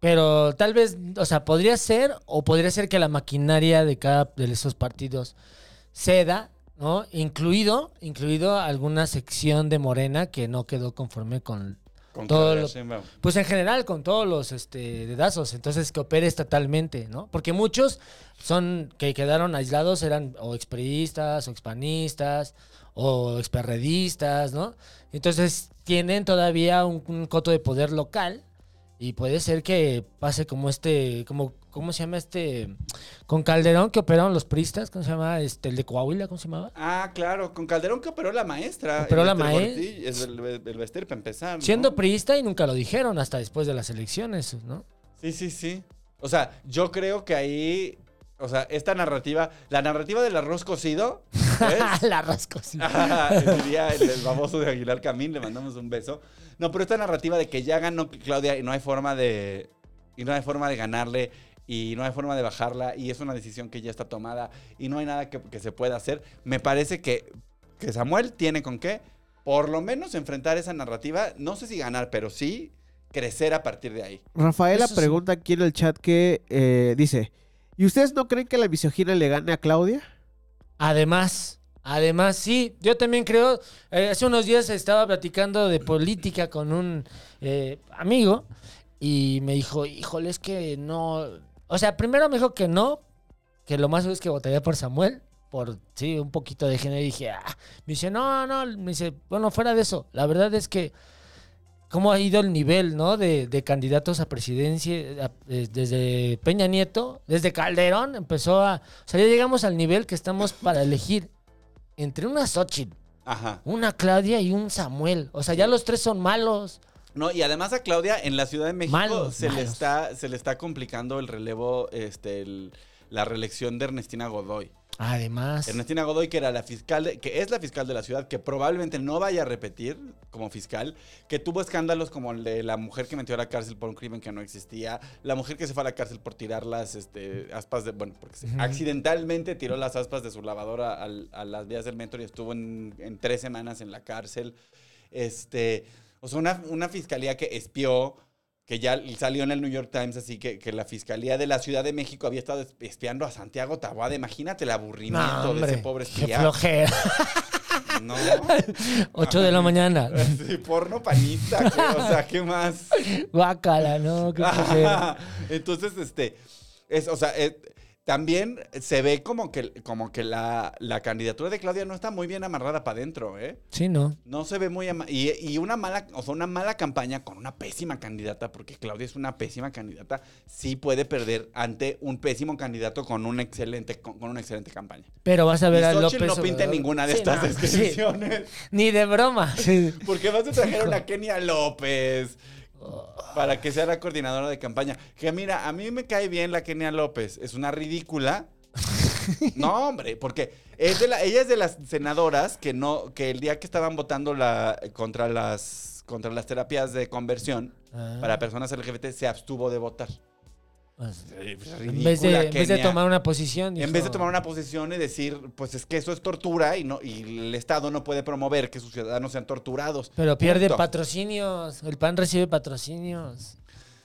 B: Pero tal vez, o sea, podría ser o podría ser que la maquinaria de cada de esos partidos ceda, ¿no? Incluido, incluido alguna sección de Morena que no quedó conforme con,
A: Con
B: Todo
A: Claudia
B: lo-
A: Sheinbaum.
B: pues en general con todos los este, dedazos, entonces que opere estatalmente, ¿no? Porque muchos son que quedaron aislados eran o expriistas, o expanistas, o experredistas, ¿no? Entonces tienen todavía un, un coto de poder local y puede ser que pase como este, como ¿cómo se llama este? Con Calderón que operaron los pristas, ¿cómo se llama? Este, el de Coahuila, ¿cómo se llamaba?
A: Ah, claro, con Calderón que operó la maestra.
B: Operó la
A: Esther
B: maes-
A: Gortí- Es el, el vestir para empezar. ¿no?
B: Siendo priista y nunca lo dijeron hasta después de las elecciones, ¿no?
A: Sí, sí, sí. O sea, yo creo que ahí. O sea, esta narrativa. La narrativa del arroz cocido. ¿ves?
B: La rascos.
A: Ah, diría el, el baboso de Aguilar Camín, le mandamos un beso. No, pero esta narrativa de que ya ganó Claudia y no hay forma de. Y no hay forma de ganarle. Y no hay forma de bajarla. Y es una decisión que ya está tomada. Y no hay nada que, que se pueda hacer. Me parece que, que Samuel tiene con qué. Por lo menos enfrentar esa narrativa. No sé si ganar, pero sí crecer a partir de ahí.
C: Rafaela
B: Eso sí.
C: pregunta aquí en el chat que eh, dice: ¿Y ustedes no creen que la misoginia le gane a Claudia?
B: Además, además, sí, yo también creo, eh, hace unos días estaba platicando de política con un eh, amigo y me dijo, híjole, es que no, o sea, primero me dijo que no, que lo más seguro es que votaría por Samuel, por, sí, un poquito de género, y dije, ah, me dice, no, no, me dice, bueno, fuera de eso, la verdad es que cómo ha ido el nivel, ¿no? De, de candidatos a presidencia, a- eh, desde Peña Nieto, desde Calderón, empezó a... O sea, ya llegamos al nivel que estamos para elegir entre una Xochitl,
A: Ajá.
B: una Claudia y un Samuel. O sea, ya los tres son malos.
A: No, y además a Claudia en la Ciudad de México
B: Malos,
A: se, Le
B: malos.
A: está, se le está complicando el relevo, este, el- la reelección de Ernestina Godoy.
B: Además...
A: Ernestina Godoy, que era la fiscal, de- que es la fiscal de la ciudad, que probablemente no vaya a repetir como fiscal, que tuvo escándalos como el de la mujer que metió a la cárcel por un crimen que no existía, la mujer que se fue a la cárcel por tirar las este, aspas de, bueno, porque se-
B: Ujú.
A: accidentalmente tiró las aspas de su lavadora al- a las vías del metro y estuvo en, en tres semanas en la cárcel. Este, o sea, una, una fiscalía que espió, que ya salió en el New York Times, así que, que la fiscalía de la Ciudad de México había estado espiando a Santiago Taboada. Imagínate el
B: No,
A: aburrimiento de
B: hombre,
A: ese pobre
B: qué
A: espía.
B: flojera.
A: No.
B: 8 de la mañana.
A: Sí, porno panista, que, o sea, ¿qué más?
B: Guácala, ¿no? Qué flojera.
A: Entonces, este, es, o sea, eh, También se ve como que, como que la, la candidatura de Claudia no está muy bien amarrada para adentro, ¿eh?
B: Sí, no.
A: No se ve muy ama- y, y una mala, o sea, una mala campaña con una pésima candidata, porque Claudia es una pésima candidata, sí puede perder ante un pésimo candidato con un excelente, con, con una excelente campaña.
B: Pero vas a ver
A: y
B: a
A: Xochitl
B: López.
A: no pinta en
B: Obrador.
A: ninguna de
B: Sí,
A: estas
B: no, sí.
A: descripciones.
B: Ni de broma. Sí.
A: Porque vas a traer a Kenia López para que sea la coordinadora de campaña. Que mira, a mí me cae bien la Kenia López. Es una ridícula. No, hombre, porque es de la- ella es de las senadoras que no, que el día que estaban votando la, contra las contra las terapias de conversión
B: Ah,
A: para personas LGBT se abstuvo de votar.
B: pues, en,
A: Ridícula,
B: vez de, en vez de
A: Kenia.
B: tomar una posición.
A: En
B: dijo,
A: vez de tomar una posición y decir, pues es que eso es tortura y no y el Estado no puede promover que sus ciudadanos sean torturados.
B: Pero pierde
A: Punto.
B: patrocinios. El PAN recibe patrocinios.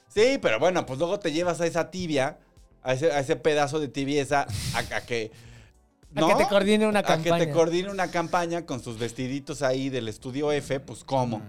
A: Sí, pero bueno, pues luego te llevas a esa tibia, a ese, a ese pedazo de tibieza, a, a que...
B: A que te coordine una
A: A que te
B: campaña.
A: coordine una campaña con sus vestiditos ahí del estudio F, pues cómo.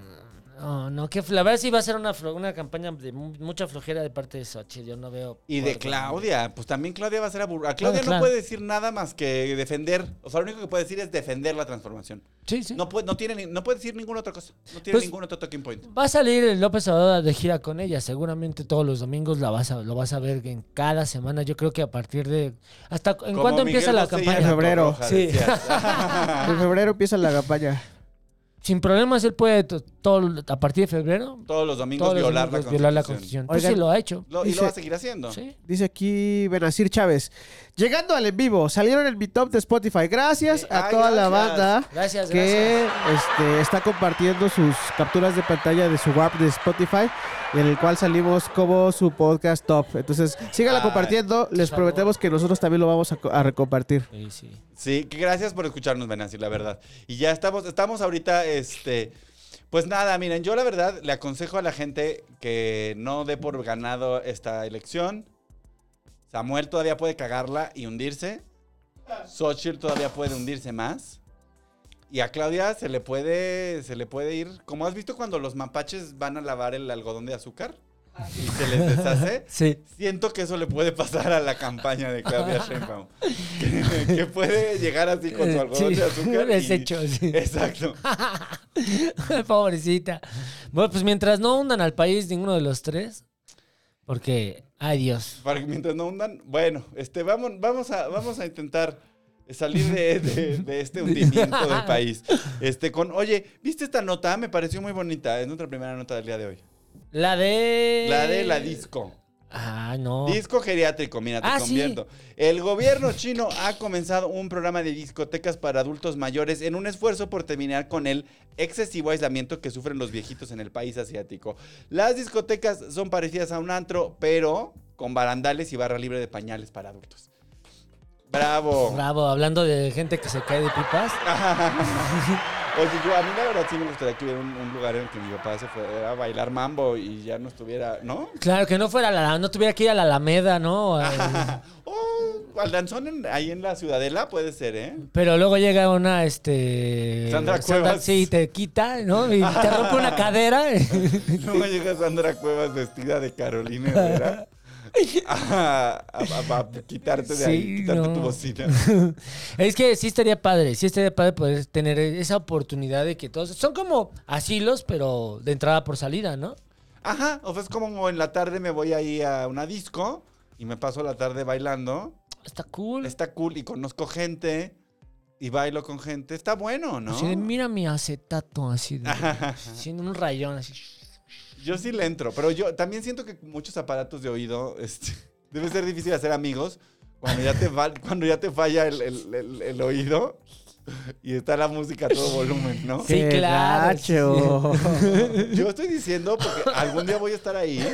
B: No, no, que la verdad sí va a ser una, flo- una campaña de mu- mucha flojera de parte de Xochitl. Yo no veo.
A: Y de
B: por dónde.
A: Claudia, pues también Claudia va a ser aburrida. A Claudia no
B: claro.
A: puede decir nada más que defender. O sea, lo único que puede decir es defender la transformación.
B: Sí, sí.
A: No puede, no tiene, ni- no puede decir ninguna otra cosa. No tiene
B: Pues-
A: ningún otro talking point.
B: Va a salir el López Obrador de gira con ella. Seguramente todos los domingos la vas a, lo vas a ver en cada semana. Yo creo que a partir de. hasta ¿En
A: Como
B: cuánto
A: Miguel
B: empieza la
A: Bosé y
C: En
B: campaña?
A: Ana
C: febrero.
A: Torroja,
B: Sí.
A: decías.
C: En febrero empieza la campaña.
B: Sin problemas, él puede to- todo, a partir de febrero
A: Todos los domingos
B: todos los
A: violar,
B: domingos
A: la
B: violar la
A: Constitución.
B: Constitución. Pues
C: Oigan,
B: sí lo ha hecho.
A: Lo- y lo
C: Dice-
A: va a seguir haciendo.
B: Sí.
C: Dice aquí Benacir Chávez. Llegando al en vivo, salieron en mi top de Spotify. Gracias
A: Eh,
C: a
A: ay,
C: toda la
A: gracias.
C: banda
B: Gracias,
C: que
B: gracias.
C: este, está compartiendo sus capturas de pantalla de su WAP de Spotify, en el cual salimos como su podcast top. Entonces, síganla
A: Ay,
C: compartiendo. Les
B: favor.
C: prometemos que nosotros también lo vamos a, co- a recompartir.
B: Sí, sí.
A: Sí, que gracias por escucharnos, Benazir, la verdad. Y ya estamos, estamos ahorita, este. Pues nada, miren, yo la verdad le aconsejo a la gente que no dé por ganado esta elección. Samuel todavía puede cagarla y hundirse. Xochitl todavía puede hundirse más. Y a Claudia se le puede. se le puede ir. Como has visto cuando los mapaches van a lavar el algodón de azúcar y se les deshace.
B: Sí.
A: Siento que eso le puede pasar a la campaña de Claudia Sheinbaum. Que, que puede llegar así con su algodón
B: Sí,
A: de azúcar. y-
B: deshecho, sí.
A: Exacto.
B: Pobrecita. Bueno, pues mientras no hundan al país ninguno de los tres, porque, ay Dios.
A: Para que mientras no hundan. Bueno, este, vamos, vamos, a, vamos a intentar salir de, de- de este hundimiento del país. Este, con, oye, ¿viste esta nota? Me pareció muy bonita. Es nuestra primera nota del día de hoy.
B: La de...
A: La de
B: Eh,
A: la disco.
B: Ah, no.
A: Disco geriátrico, mira, te
B: Ah, sí.
A: convierto. El gobierno chino ha comenzado un programa de discotecas para adultos mayores en un esfuerzo por terminar con el excesivo aislamiento que sufren los viejitos en el país asiático. Las discotecas son parecidas a un antro, pero con barandales y barra libre de pañales para adultos. Bravo.
B: Bravo, hablando de gente que se cae de pipas.
A: Ah. Oye, yo a mí la verdad sí me gustaría que hubiera un, un lugar en el que mi papá se fuera a bailar mambo y ya no estuviera, ¿no?
B: Claro, que no fuera la, no tuviera que ir a la Alameda, ¿no? Al-
A: Oh, al danzón en- ahí en la Ciudadela puede ser, ¿eh?
B: Pero luego llega una, este...
A: Sandra Cuevas.
B: Sí, te quita, ¿no? Y te rompe una cadera.
A: Luego llega Sandra Cuevas vestida de Carolina Herrera a, a- a- a quitarte de ahí,
B: Sí,
A: quitarte
B: no.
A: tu bocina.
B: Es que sí estaría padre, sí estaría padre poder tener esa oportunidad de que todos... Son como asilos, pero de entrada por salida, ¿no?
A: Ajá, o sea, es como en la tarde me voy ahí a una disco y me paso la tarde bailando.
B: Está cool.
A: Está cool y conozco gente y bailo con gente. Está bueno, ¿no?
B: Así de, mira mi acetato, así de... Siendo un rayón, así.
A: Yo sí le entro, pero yo también siento que muchos aparatos de oído este, debe ser difícil hacer amigos cuando ya te, va- cuando ya te falla el, el- el- el oído y está la música a todo volumen, ¿no?
B: Sí,
C: ¡Qué
B: claro,
C: gacho!
A: Yo estoy diciendo porque algún día voy a estar ahí.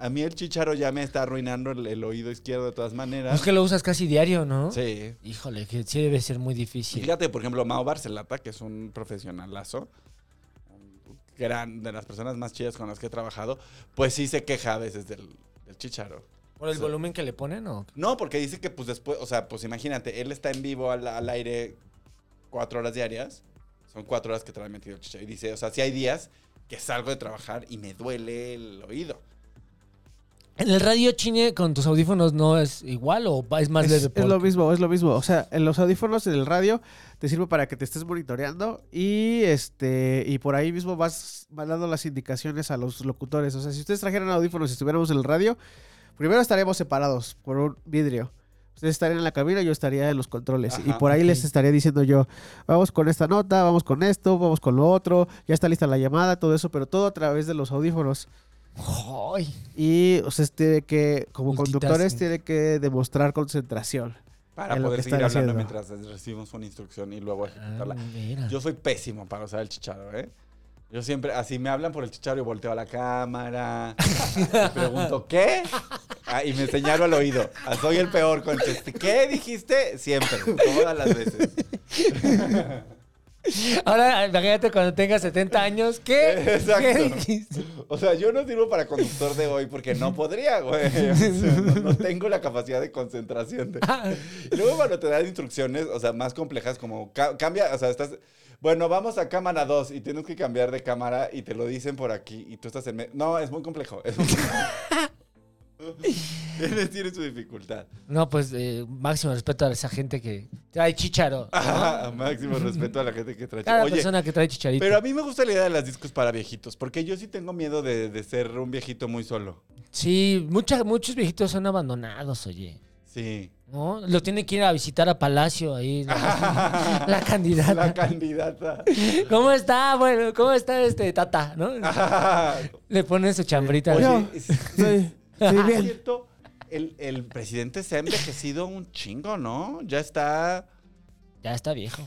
A: A mí el chicharo ya me está arruinando el, el oído izquierdo de todas
B: Es
A: maneras.
B: Pues que lo usas casi diario, ¿no?
A: Sí.
B: Híjole, que sí debe ser muy difícil.
A: Fíjate, por ejemplo, Mao Barcelata, que es un profesionalazo, un gran, de las personas más chidas con las que he trabajado, pues sí se queja a veces del, del chicharo.
B: ¿Por el
A: Sí.
B: volumen que le ponen o...?
A: No, porque dice que pues después, o sea, pues imagínate, él está en vivo al, al aire cuatro horas diarias. Son cuatro horas que trae metido el chicharo. Y dice, o sea, sí hay días que salgo de trabajar y me duele el oído.
B: En el radio chine con tus audífonos no es igual o va- es más
C: Es,
B: leve.
C: es lo
B: porque-
C: mismo, es lo mismo. O sea, en los audífonos en el radio te sirve para que te estés monitoreando y este y por ahí mismo vas, vas dando las indicaciones a los locutores. O sea, si ustedes trajeran audífonos y estuviéramos en el radio, primero estaríamos separados por un vidrio. Ustedes estarían en la cabina, yo estaría en los controles. y
A: Ajá,
C: por ahí
B: ok.
C: les estaría diciendo yo, vamos con esta nota, vamos con esto, vamos con lo otro, ya está lista la llamada, todo eso, pero todo a través de los audífonos.
B: Ay,
C: Y o sea, tiene que, como conductores,
B: Multitasking.
C: tiene que demostrar concentración.
A: Para
C: en lo
A: poder
C: que
A: seguir
C: están
A: hablando
C: haciendo.
A: mientras recibimos una instrucción y luego
B: ah,
A: ejecutarla.
B: mira.
A: Yo soy pésimo para usar el chicharo, ¿eh? Yo siempre, así me hablan por el chicharo y volteo a la cámara. y pregunto, ¿qué? Ah, y me señalo al oído. Ah, soy el peor con chiste. ¿Qué dijiste? Siempre, todas las veces.
B: Ahora imagínate cuando tengas 70 años. ¿Qué?
A: Exacto.
B: ¿Qué dijiste?
A: O sea, yo no sirvo para conductor de hoy porque no podría, güey. O sea, no, no tengo la capacidad de concentración. de- Y luego cuando te dan instrucciones, o sea, más complejas, como ca- cambia, o sea, estás... Bueno, vamos a cámara 2 y tienes que cambiar de cámara y te lo dicen por aquí y tú estás en... me- No, es muy complejo. Es muy complejo. Tiene su dificultad.
B: No, pues eh, máximo respeto a esa gente que trae chicharo.
A: máximo respeto a la gente que trae...
B: Cada
A: Ah, Oye,
B: persona que trae chicharito.
A: pero a mí me gusta la idea de las discos para viejitos, porque yo sí tengo miedo de, de ser un viejito muy solo.
B: Sí, mucha- muchos viejitos son abandonados, oye.
A: Sí.
B: ¿No? Lo tienen que ir a visitar a Palacio ahí. La, la candidata.
A: La candidata.
B: ¿Cómo está? Bueno, ¿cómo está este Tata? ¿No? Le ponen su chambrita.
C: Oye,
B: así.
A: es,
C: Sí, sí,
A: es
C: bien.
A: Ah, cierto, el, el presidente se ha envejecido un chingo, ¿no? Ya está.
B: Ya está viejo.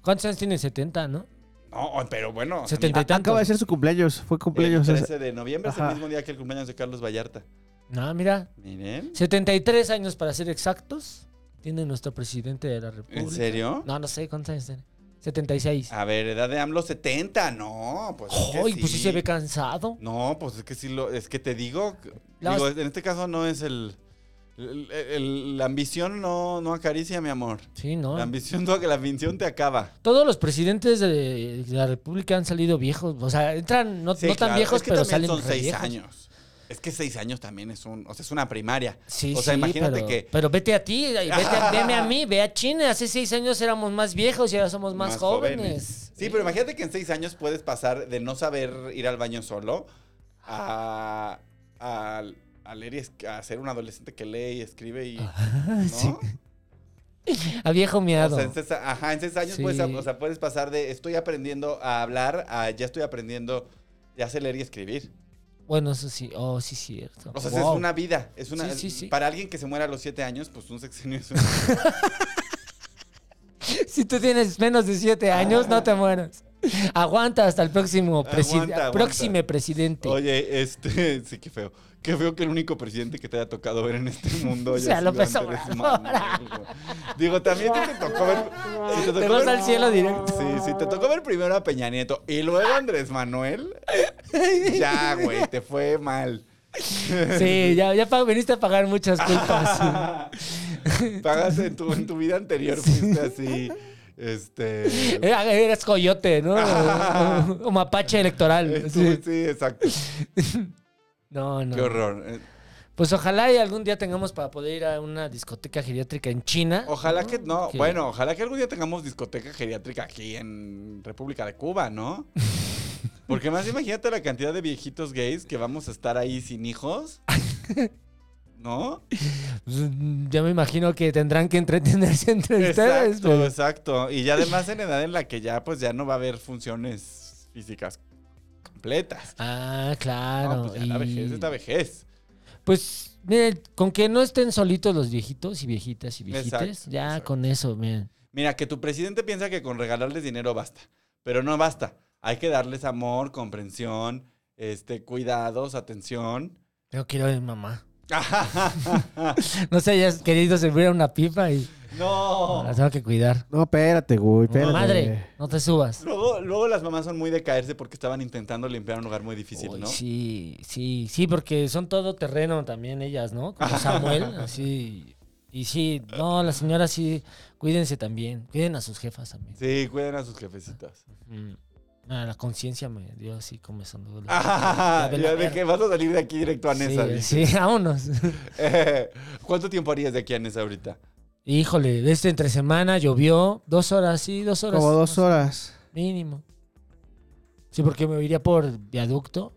B: ¿Cuántos años tiene? 70, ¿no?
A: No, pero bueno. a mí-
B: 70 y tantos.
C: Acaba de ser su cumpleaños, fue
A: El
C: cumpleaños. ese.
A: 13 de noviembre es
C: Ajá.
A: el mismo día que el cumpleaños de Carlos Vallarta.
B: No, mira.
A: Miren.
B: 73 años para ser exactos. Tiene nuestro presidente de la República.
A: ¿En serio?
B: No, no sé cuántos años tiene. 76.
A: A ver, edad de AMLO 70, no. Pues es que
B: Ay, pues sí
A: sí.
B: se ve cansado.
A: No, pues es que sí lo. Es que te digo. que-
B: La-
A: digo, en este caso no es el. el- el- la ambición no, no acaricia, mi amor.
B: Sí, ¿no?
A: La ambición, no- la ambición te acaba.
B: Todos los presidentes de, de la República han salido viejos. O sea, entran no,
A: Sí,
B: no tan
A: claro.
B: viejos,
A: Es que
B: pero
A: también
B: salen
A: son
B: re
A: seis
B: viejos.
A: años. Es que seis años también es un, o sea, es una primaria.
B: Sí,
A: o sea,
B: sí,
A: imagínate
B: pero,
A: que
B: pero vete a ti, vete a, veme a mí, ve a China. Hace seis años éramos más viejos y ahora somos más, jóvenes.
A: Sí, pero imagínate que en seis años puedes pasar de no saber ir al baño solo a, a, a leer y es- a ser un adolescente que lee y escribe y
B: Ah,
A: ¿no?
B: A viejo miado.
A: O sea, este en seis, ajá, en seis años
B: Sí.
A: puedes, o sea, puedes pasar de estoy aprendiendo a hablar a ya estoy aprendiendo ya sé leer y escribir.
B: Bueno, eso sí. Oh, sí, cierto.
A: O sea,
B: Wow.
A: es una vida. Es una,
B: Sí, sí, sí.
A: Para alguien que se muera a los siete años, pues un sexenio es una
B: Si tú tienes menos de siete años, no te mueras. Aguanta hasta el próximo
A: Ah.
B: presidente.
A: Aguanta, aguanta.
B: Próximo presidente.
A: Oye, este, sí, qué feo. Qué feo que el único presidente que te haya tocado ver en este mundo haya
B: Sea
A: sido
B: López
A: Andrés
B: Obrador.
A: Manuel, güey. Digo, también si te tocó ver. si
B: Te vas al cielo directo.
A: Sí, sí, te tocó ver primero a Peña Nieto y luego a Andrés Manuel. Ya, güey, te fue mal.
B: Sí, ya, ya pa- viniste a pagar muchas culpas.
A: Pagas en tu, en tu vida anterior, fuiste así. Este.
B: Era- Eh, Eres coyote, ¿no? O- o mapache electoral.
A: tú-
B: Sí.
A: sí, exacto.
B: No, no.
A: Qué horror. Eh,
B: Pues ojalá y algún día tengamos para poder ir a una discoteca geriátrica en China.
A: Ojalá que no,
B: Que-
A: bueno, ojalá que algún día tengamos discoteca geriátrica aquí en República de Cuba, ¿no? Porque más imagínate la cantidad de viejitos gays que vamos a estar ahí sin hijos. ¿No?
B: Mm, Ya me imagino que tendrán que entretenerse entre ustedes.
A: Exacto,
B: pues. pero-
A: exacto. Y ya además en edad en la que ya pues ya no va a haber funciones físicas completas.
B: Ah,
A: No,
B: claro.
A: pues ya la
B: y-
A: vejez es la vejez.
B: Pues, miren, con que no estén solitos los viejitos y viejitas y viejitas,
A: Exacto,
B: ya
A: exacto.
B: con eso, miren.
A: Mira, que tu presidente piensa que con regalarles dinero basta, pero no basta. Hay que darles amor, comprensión, este, cuidados, atención.
B: Yo quiero a mi mamá. No sé, ya has querido servir a una pipa y
A: no.
B: la tengo que cuidar.
C: No, espérate, güey,
B: No,
C: espérate.
B: madre, no te subas.
A: Luego, luego las mamás son muy de caerse porque estaban intentando limpiar un lugar muy difícil,
B: Uy,
A: ¿no?
B: Sí, sí, sí, porque son todo terreno también ellas, ¿no? Como Samuel, así. Y sí, no, las señoras sí, cuídense también. Cuiden a sus jefas también.
A: Sí, cuiden a sus jefecitas.
B: Mm. Ah, la conciencia me dio así como son dolor.
A: Ah,
B: Ya ve
A: ya
B: la
A: de
B: verga.
A: que vas a salir de aquí directo a Nesa.
B: Sí,
A: dice.
B: sí, vámonos.
A: Eh, ¿Cuánto tiempo harías de aquí a Nesa ahorita?
B: Híjole, este entre semana llovió dos horas, sí, dos horas.
C: Como dos horas.
B: Mínimo. Sí, porque me iría por viaducto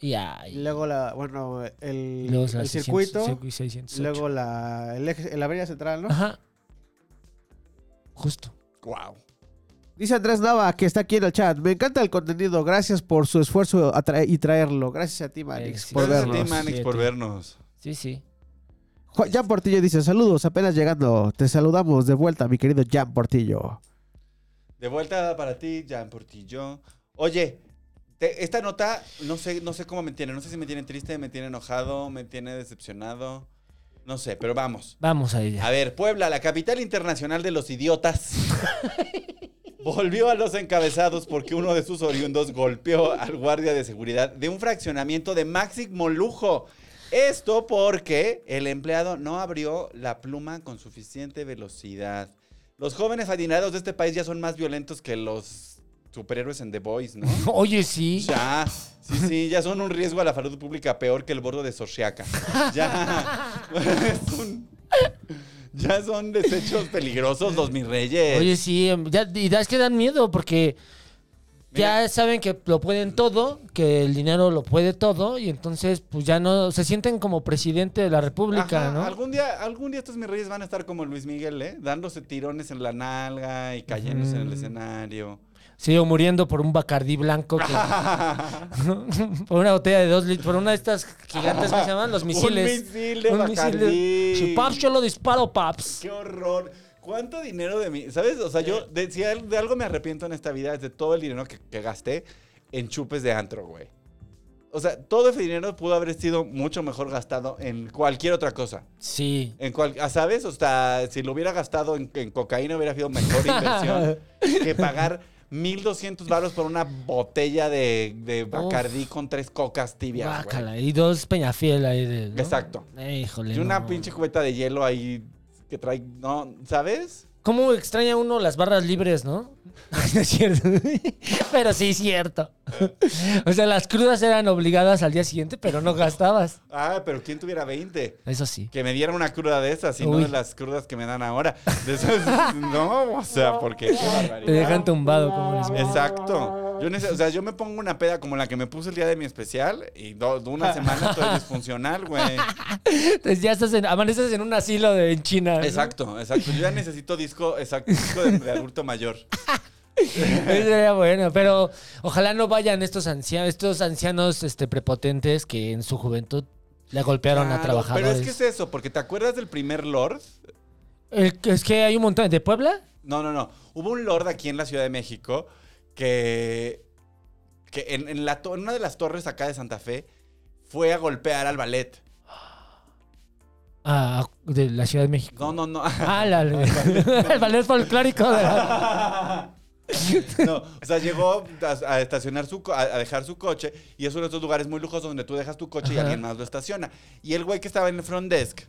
B: y
C: Y
B: ahí.
C: luego la, bueno, el,
B: y luego
C: el
B: la 600,
C: circuito.
B: circuito 608.
C: Luego la, el eje- la avenida central, ¿no?
B: Ajá. Justo.
A: Wow.
C: Dice Andrés Nava, que está aquí en el chat. Me encanta el contenido. Gracias por su esfuerzo a trae- y traerlo. Gracias a ti, Manix,
B: Ex-
C: por
A: Gracias a ti,
C: vernos.
A: Manix, por
B: Siete.
A: vernos.
B: Sí, sí.
C: Ju- Jan Portillo dice, saludos, apenas llegando. Te saludamos de vuelta, mi querido Jan Portillo.
A: De vuelta para ti, Jan Portillo. Oye, te- esta nota no sé, no sé cómo me tiene. No sé si me tiene triste, me tiene enojado, me tiene decepcionado. No sé, pero vamos.
B: Vamos a ella.
A: A ver, Puebla, la capital internacional de los idiotas. Volvió a los encabezados porque uno de sus oriundos golpeó al guardia de seguridad de un fraccionamiento de máximo lujo. Esto porque el empleado no abrió la pluma con suficiente velocidad. Los jóvenes adinerados de este país ya son más violentos que los superhéroes en The Boys, ¿no?
B: Oye, sí.
A: Ya, sí, sí, ya son un riesgo a la salud pública peor que el bordo de Soshiaca. Ya, es un- ya son desechos peligrosos los mis reyes.
B: Oye, sí. em, ya- y da- es que dan miedo porque
A: Mira.
B: ya saben que lo pueden todo, que el dinero lo puede todo y entonces pues ya no se sienten como presidente de la república,
A: Ajá,
B: ¿no?
A: algún, día, algún día estos mis reyes van a estar como Luis Miguel, ¿eh? Dándose tirones en la nalga y cayéndose en el
B: Ujú.
A: escenario.
B: Sí, o muriendo por un bacardí blanco, que- por una botella de dos litros, por una de estas gigantes que se llaman los misiles.
A: Un misil de
B: Un misil de-
A: Bacardí.
B: Sí, paps, yo lo disparo, paps.
A: Qué horror. ¿Cuánto dinero de mí? ¿Sabes? O sea, yo de, si al- de algo me arrepiento en esta vida es de todo el dinero que, que gasté en chupes de antro, güey. O sea, todo ese dinero pudo haber sido mucho mejor gastado en cualquier otra cosa.
B: Sí.
A: En cual, ah, ¿Sabes? O sea, si lo hubiera gastado en, en cocaína hubiera sido mejor inversión que pagar 1.200 baros por una botella de, de Bacardí con tres cocas tibias, güey.
B: Guácala. Y dos Peñafiel ahí. de- ¿no?
A: Exacto.
B: Eh, híjole.
A: Y una
B: no.
A: pinche cubeta de hielo ahí que trae... No, ¿Sabes?
B: ¿Cómo extraña uno las barras libres, no? No es cierto. pero sí es cierto. o sea, las crudas eran obligadas al día siguiente, pero no gastabas.
A: Ah, pero ¿quién tuviera 20?
B: Eso sí.
A: Que me diera una cruda de esas y no
B: Uy.
A: de las crudas que me dan ahora. De esas, no, o sea, porque qué barbaridad.
B: Te dejan tumbado como les
A: Exacto. Yo nece- o sea, yo me pongo una peda como la que me puse el día de mi especial y do- de una semana estoy disfuncional, güey.
B: Entonces ya estás en, amaneces en un asilo de, en China. ¿no?
A: Exacto, exacto. Yo ya necesito disco, exacto, disco de, de adulto mayor.
B: Eso sería bueno, pero ojalá no vayan estos ancianos, estos ancianos este, prepotentes que en su juventud le golpearon a
A: Claro,
B: trabajadores.
A: Pero es que es eso, porque ¿te acuerdas del primer Lord?
B: El que- es que hay un montón. ¿De Puebla?
A: No, no, no. Hubo un lord aquí en la Ciudad de México que, que en, en la to- en una de las torres acá de Santa Fe fue a golpear al ballet.
B: Ah, de la Ciudad de México.
A: No, no, no.
B: Ah, la- el ballet folclórico. de la-
A: No, o sea, llegó a, a estacionar su co- a, a dejar su coche y es uno de estos lugares muy lujosos donde tú dejas tu coche y
B: Ajá.
A: alguien más lo estaciona. Y el güey que estaba en el front desk,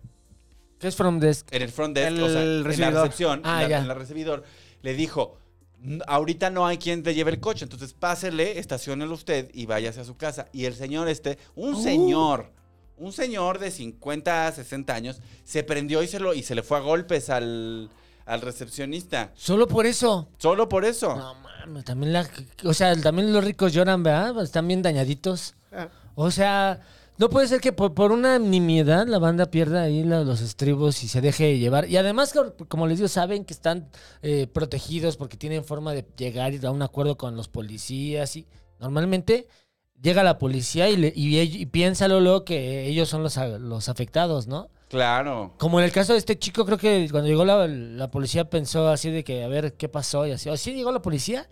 B: ¿Qué es From Desk?
A: en el front desk,
C: El
A: o sea, en la
C: recibidor.
A: recepción, en,
B: Ah,
A: la,
B: ya.
A: en la recibidor, le dijo, "N- ahorita no hay quien te lleve el coche, entonces pásele, estaciónelo usted y váyase a su casa. Y el señor este, un
B: Uh.
A: señor, un señor de 50, 60 años, se prendió y se, lo, y se le fue a golpes al, al recepcionista.
B: Solo por eso.
A: Solo por eso.
B: No mames, también la. O sea, también los ricos lloran, ¿verdad? Pues, Están bien dañaditos.
C: Ah.
B: O sea, no puede ser que por, por una nimiedad la banda pierda ahí la- los estribos y se deje llevar. Y además, co- como les digo, saben que están eh, protegidos porque tienen forma de llegar y a un acuerdo con los policías. Y normalmente llega la policía y, le- y, ell- y piénsalo luego que ellos son los, a- los afectados, ¿no?
A: Claro.
B: Como en el caso de este chico, creo que cuando llegó la, la policía pensó así de que a ver qué pasó y así. ¿O sí llegó la policía?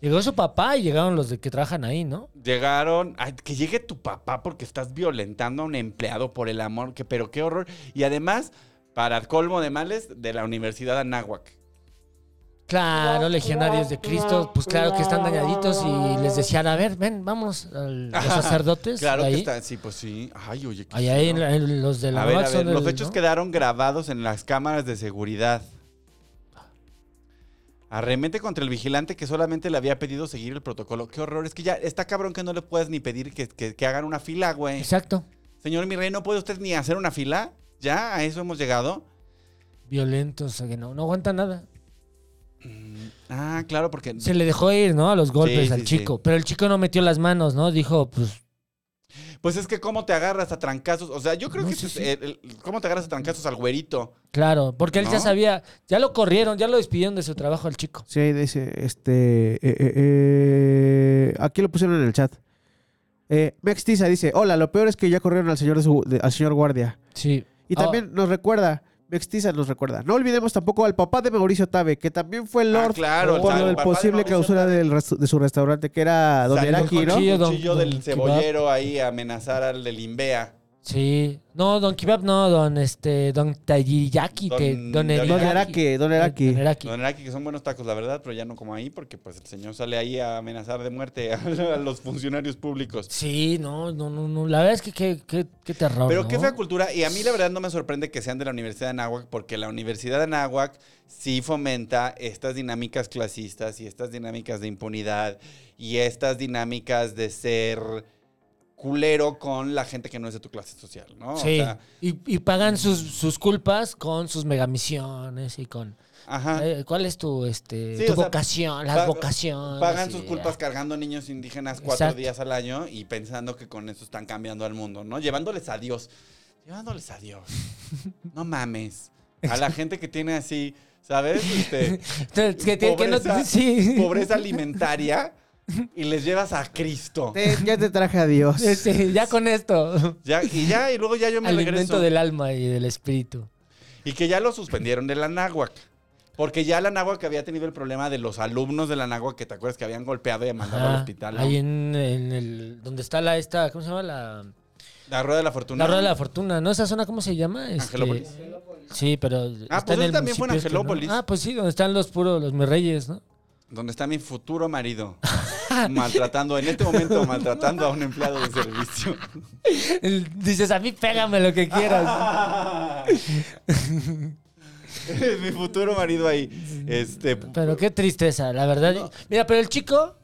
B: Llegó su papá y llegaron los de que trabajan ahí, ¿no?
A: Llegaron, ay, que llegue tu papá porque estás violentando a un empleado por el amor, que, pero qué horror. Y además, para colmo de males, de la Universidad Anáhuac.
B: Claro, legionarios de Cristo, pues claro que están dañaditos y les decían, a ver, ven, vamos, al- los sacerdotes.
A: Claro
B: de
A: que
B: ahí.
A: está, sí, pues sí. Ay, oye, qué
B: Ahí, ahí en
A: feo.
B: la- en los de la
A: A ver, a
B: UAC son
A: ver, los
B: del-
A: hechos
B: ¿no?
A: quedaron grabados en las cámaras de seguridad. Arremete contra el vigilante que solamente le había pedido seguir el protocolo. Qué horror, es que ya está cabrón que no le puedas ni pedir que, que- que hagan una fila, güey.
B: Exacto.
A: Señor mi rey, ¿no puede usted ni hacer una fila? ¿Ya? ¿A eso hemos llegado?
B: Violentos, o que no, no aguanta nada.
A: Ah, claro, porque...
B: Se le dejó ir, ¿no? A los golpes
A: Sí,
B: al
A: sí,
B: chico.
A: sí.
B: Pero el chico no metió las manos, ¿no? Dijo, pues,
A: Pues es que cómo te agarras a trancazos. O sea, yo creo
B: No,
A: que...
B: sí,
A: es-
B: sí.
A: el- el- ¿Cómo te agarras a trancazos al güerito?
B: claro, porque él ya
A: ¿No?
B: sabía, ya lo corrieron, ya lo despidieron de su trabajo al chico.
C: Sí, ahí dice, este, eh, eh, eh, aquí lo pusieron en el chat. Eh, Mex Tiza dice, hola, lo peor es que ya corrieron al señor, de su- de- al señor guardia.
B: Sí.
C: Y también nos recuerda, Mex Tiza nos recuerda, no olvidemos tampoco al papá de Mauricio Tabe, que también fue el
A: Ah,
C: Lord
A: claro,
C: por
A: el-
C: lo
A: el
C: del
A: papá de
C: posible
A: Mauricio
C: clausura del restu- de su restaurante, que era Don
A: Salió
C: Eraki,
A: con
C: ¿no?
B: Sí.
A: el
B: don-
A: cuchillo
B: don
A: del
B: Kebab.
A: cebollero ahí a amenazar al del Imbea.
B: Sí. No, don Kebab no, don este, don Tayiriyaki,
A: Don-
B: te- don
A: don
B: Eraki.
C: Don Eraki, Don Eraki.
B: Don Eraki.
A: Don Araki, que son buenos tacos, la verdad, pero ya no como ahí, porque pues el señor sale ahí a amenazar de muerte a los funcionarios públicos.
B: Sí, no, no, no, no. La verdad es que qué, qué, qué terror.
A: Pero
B: ¿no?
A: qué fea cultura. Y a mí la verdad no me sorprende que sean de la Universidad de Anáhuac, porque la Universidad de Anáhuac sí fomenta estas dinámicas clasistas y estas dinámicas de impunidad y estas dinámicas de ser culero con la gente que no es de tu clase social, ¿no? O
B: Sí.
A: sea,
B: y, y pagan sus, sus culpas con sus megamisiones y con.
A: ajá.
B: Eh, ¿Cuál es tu, este,
A: Sí,
B: tu
A: o sea,
B: vocación? Las
A: pa-
B: vocaciones.
A: Pagan
B: y-
A: sus culpas cargando niños indígenas cuatro
B: Exacto.
A: días al año y pensando que con eso están cambiando al mundo, ¿no? Llevándoles a Dios. Llevándoles a Dios. No mames. A la gente que tiene así, ¿sabes? Este,
B: Entonces, que, te- que no-
A: Pobreza,
B: sí.
A: pobreza alimentaria y les llevas a Cristo.
C: Te- Eh, ya te traje a Dios.
B: Este, ya con esto.
A: Ya, y ya, y luego ya yo me
B: Alimento
A: regreso.
B: del alma y del espíritu.
A: Y que ya lo suspendieron de la náhuac. Porque ya la náhuac había tenido el problema de los alumnos de la náhuac que te acuerdas que habían golpeado y mandado al
B: Ajá.
A: hospital. ¿no?
B: Ahí en, en el. Donde está la esta. ¿Cómo se llama? La,
A: La rueda de la fortuna.
B: la Rueda de la Fortuna. ¿No? Esa zona, ¿cómo se llama? Este,
A: Angelópolis.
B: Sí, pero.
A: Ah, pues él también fue en
B: municipio este, ¿no?
A: Angelópolis.
B: Ah, pues sí, donde están los puros, los mis reyes, ¿no?
A: Donde está mi futuro marido. maltratando, en este momento, maltratando a un empleado de servicio.
B: El- dices, a mí pégame lo que quieras.
A: mi futuro marido ahí. Este.
B: pero qué tristeza, la verdad. Mira, pero el chico.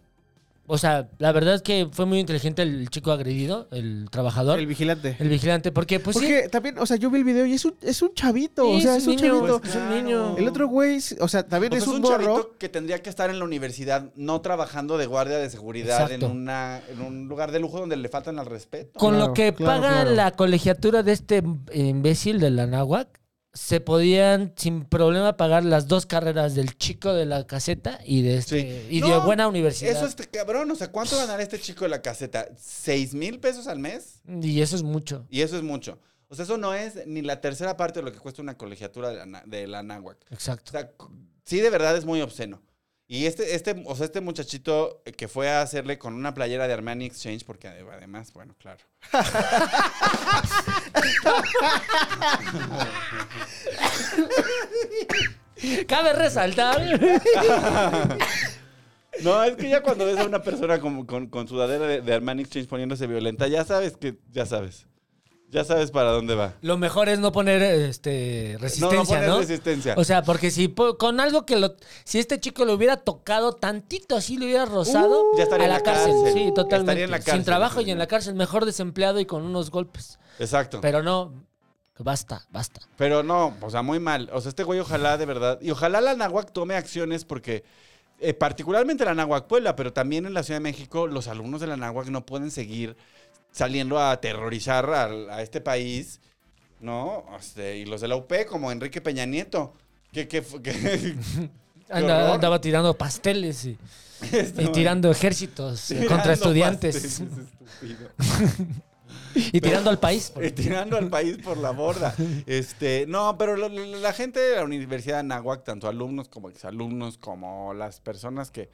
B: O sea, la verdad es que fue muy inteligente el chico agredido, el trabajador,
C: El
B: el,
C: vigilante.
B: vigilante, porque pues sí,
C: Porque también, o sea, yo vi el video y es un, es un chavito,
B: Sí,
C: o sea, es un,
B: niño, pues,
C: chavito.
B: es un niño.
C: El otro güey, o sea, también
A: O sea,
C: es un,
A: chavito
C: morro.
A: que tendría que estar en la universidad, no trabajando de guardia de seguridad
B: Exacto.
A: en, una, en un lugar de lujo donde le faltan al respeto.
B: con
C: Claro,
B: lo que
C: claro,
B: paga
C: claro.
B: la colegiatura de este imbécil de la náhuac, se podían sin problema pagar las dos carreras del chico de la caseta y de este,
A: Sí.
B: y de
A: No,
B: buena universidad.
A: Eso es cabrón, o sea, ¿cuánto ganará este chico de la caseta? ¿Seis mil pesos al mes?
B: Y eso es mucho.
A: Y eso es mucho. O sea, eso no es ni la tercera parte de lo que cuesta una colegiatura de la, na- de la náhuac. O
B: Exacto.
A: sea, c- sí, de verdad es muy obsceno. Y este, este, o sea, este muchachito que fue a hacerle con una playera de Armani Exchange, porque ade- además, bueno, claro.
B: Cabe resaltar.
A: No, es que ya cuando ves a una persona con, con, con sudadera de, de Armani Exchange poniéndose violenta, ya sabes que, ya sabes. Ya sabes para dónde va.
B: Lo mejor es no poner este
A: No, no
B: resistencia,
A: pones
B: ¿no?
A: resistencia.
B: O sea, porque si po- con algo que lo si este chico lo hubiera tocado tantito así lo hubiera rozado
A: Uh, ya estaría
B: a
A: en
B: la,
A: la
B: cárcel.
A: cárcel.
B: sí, totalmente.
A: Estaría en la
B: Sin
A: cárcel,
B: trabajo
A: sí,
B: y en
A: ¿no?
B: la cárcel, mejor desempleado y con unos golpes.
A: Exacto.
B: Pero no, basta, basta.
A: Pero no, o sea, muy mal. O sea, este güey ojalá de verdad. Y ojalá la Nahuac tome acciones porque, eh, particularmente la Nahuac Puebla, pero también en la Ciudad de México, los alumnos de la Nahuac no pueden seguir saliendo a aterrorizar al- a, este país, ¿no? Este, y los de la UP, como Enrique Peña Nieto. Que, que, fu- que-
B: Anda-
A: horror.
B: andaba tirando pasteles y, y tirando ejércitos
A: tirando
B: contra estudiantes
A: pastes, es estúpido.
B: y tirando al país.
A: Eh, tirando al país por la borda. Este, no, pero lo- lo- la gente de la Universidad de Anáhuac, tanto alumnos como exalumnos, como las personas que.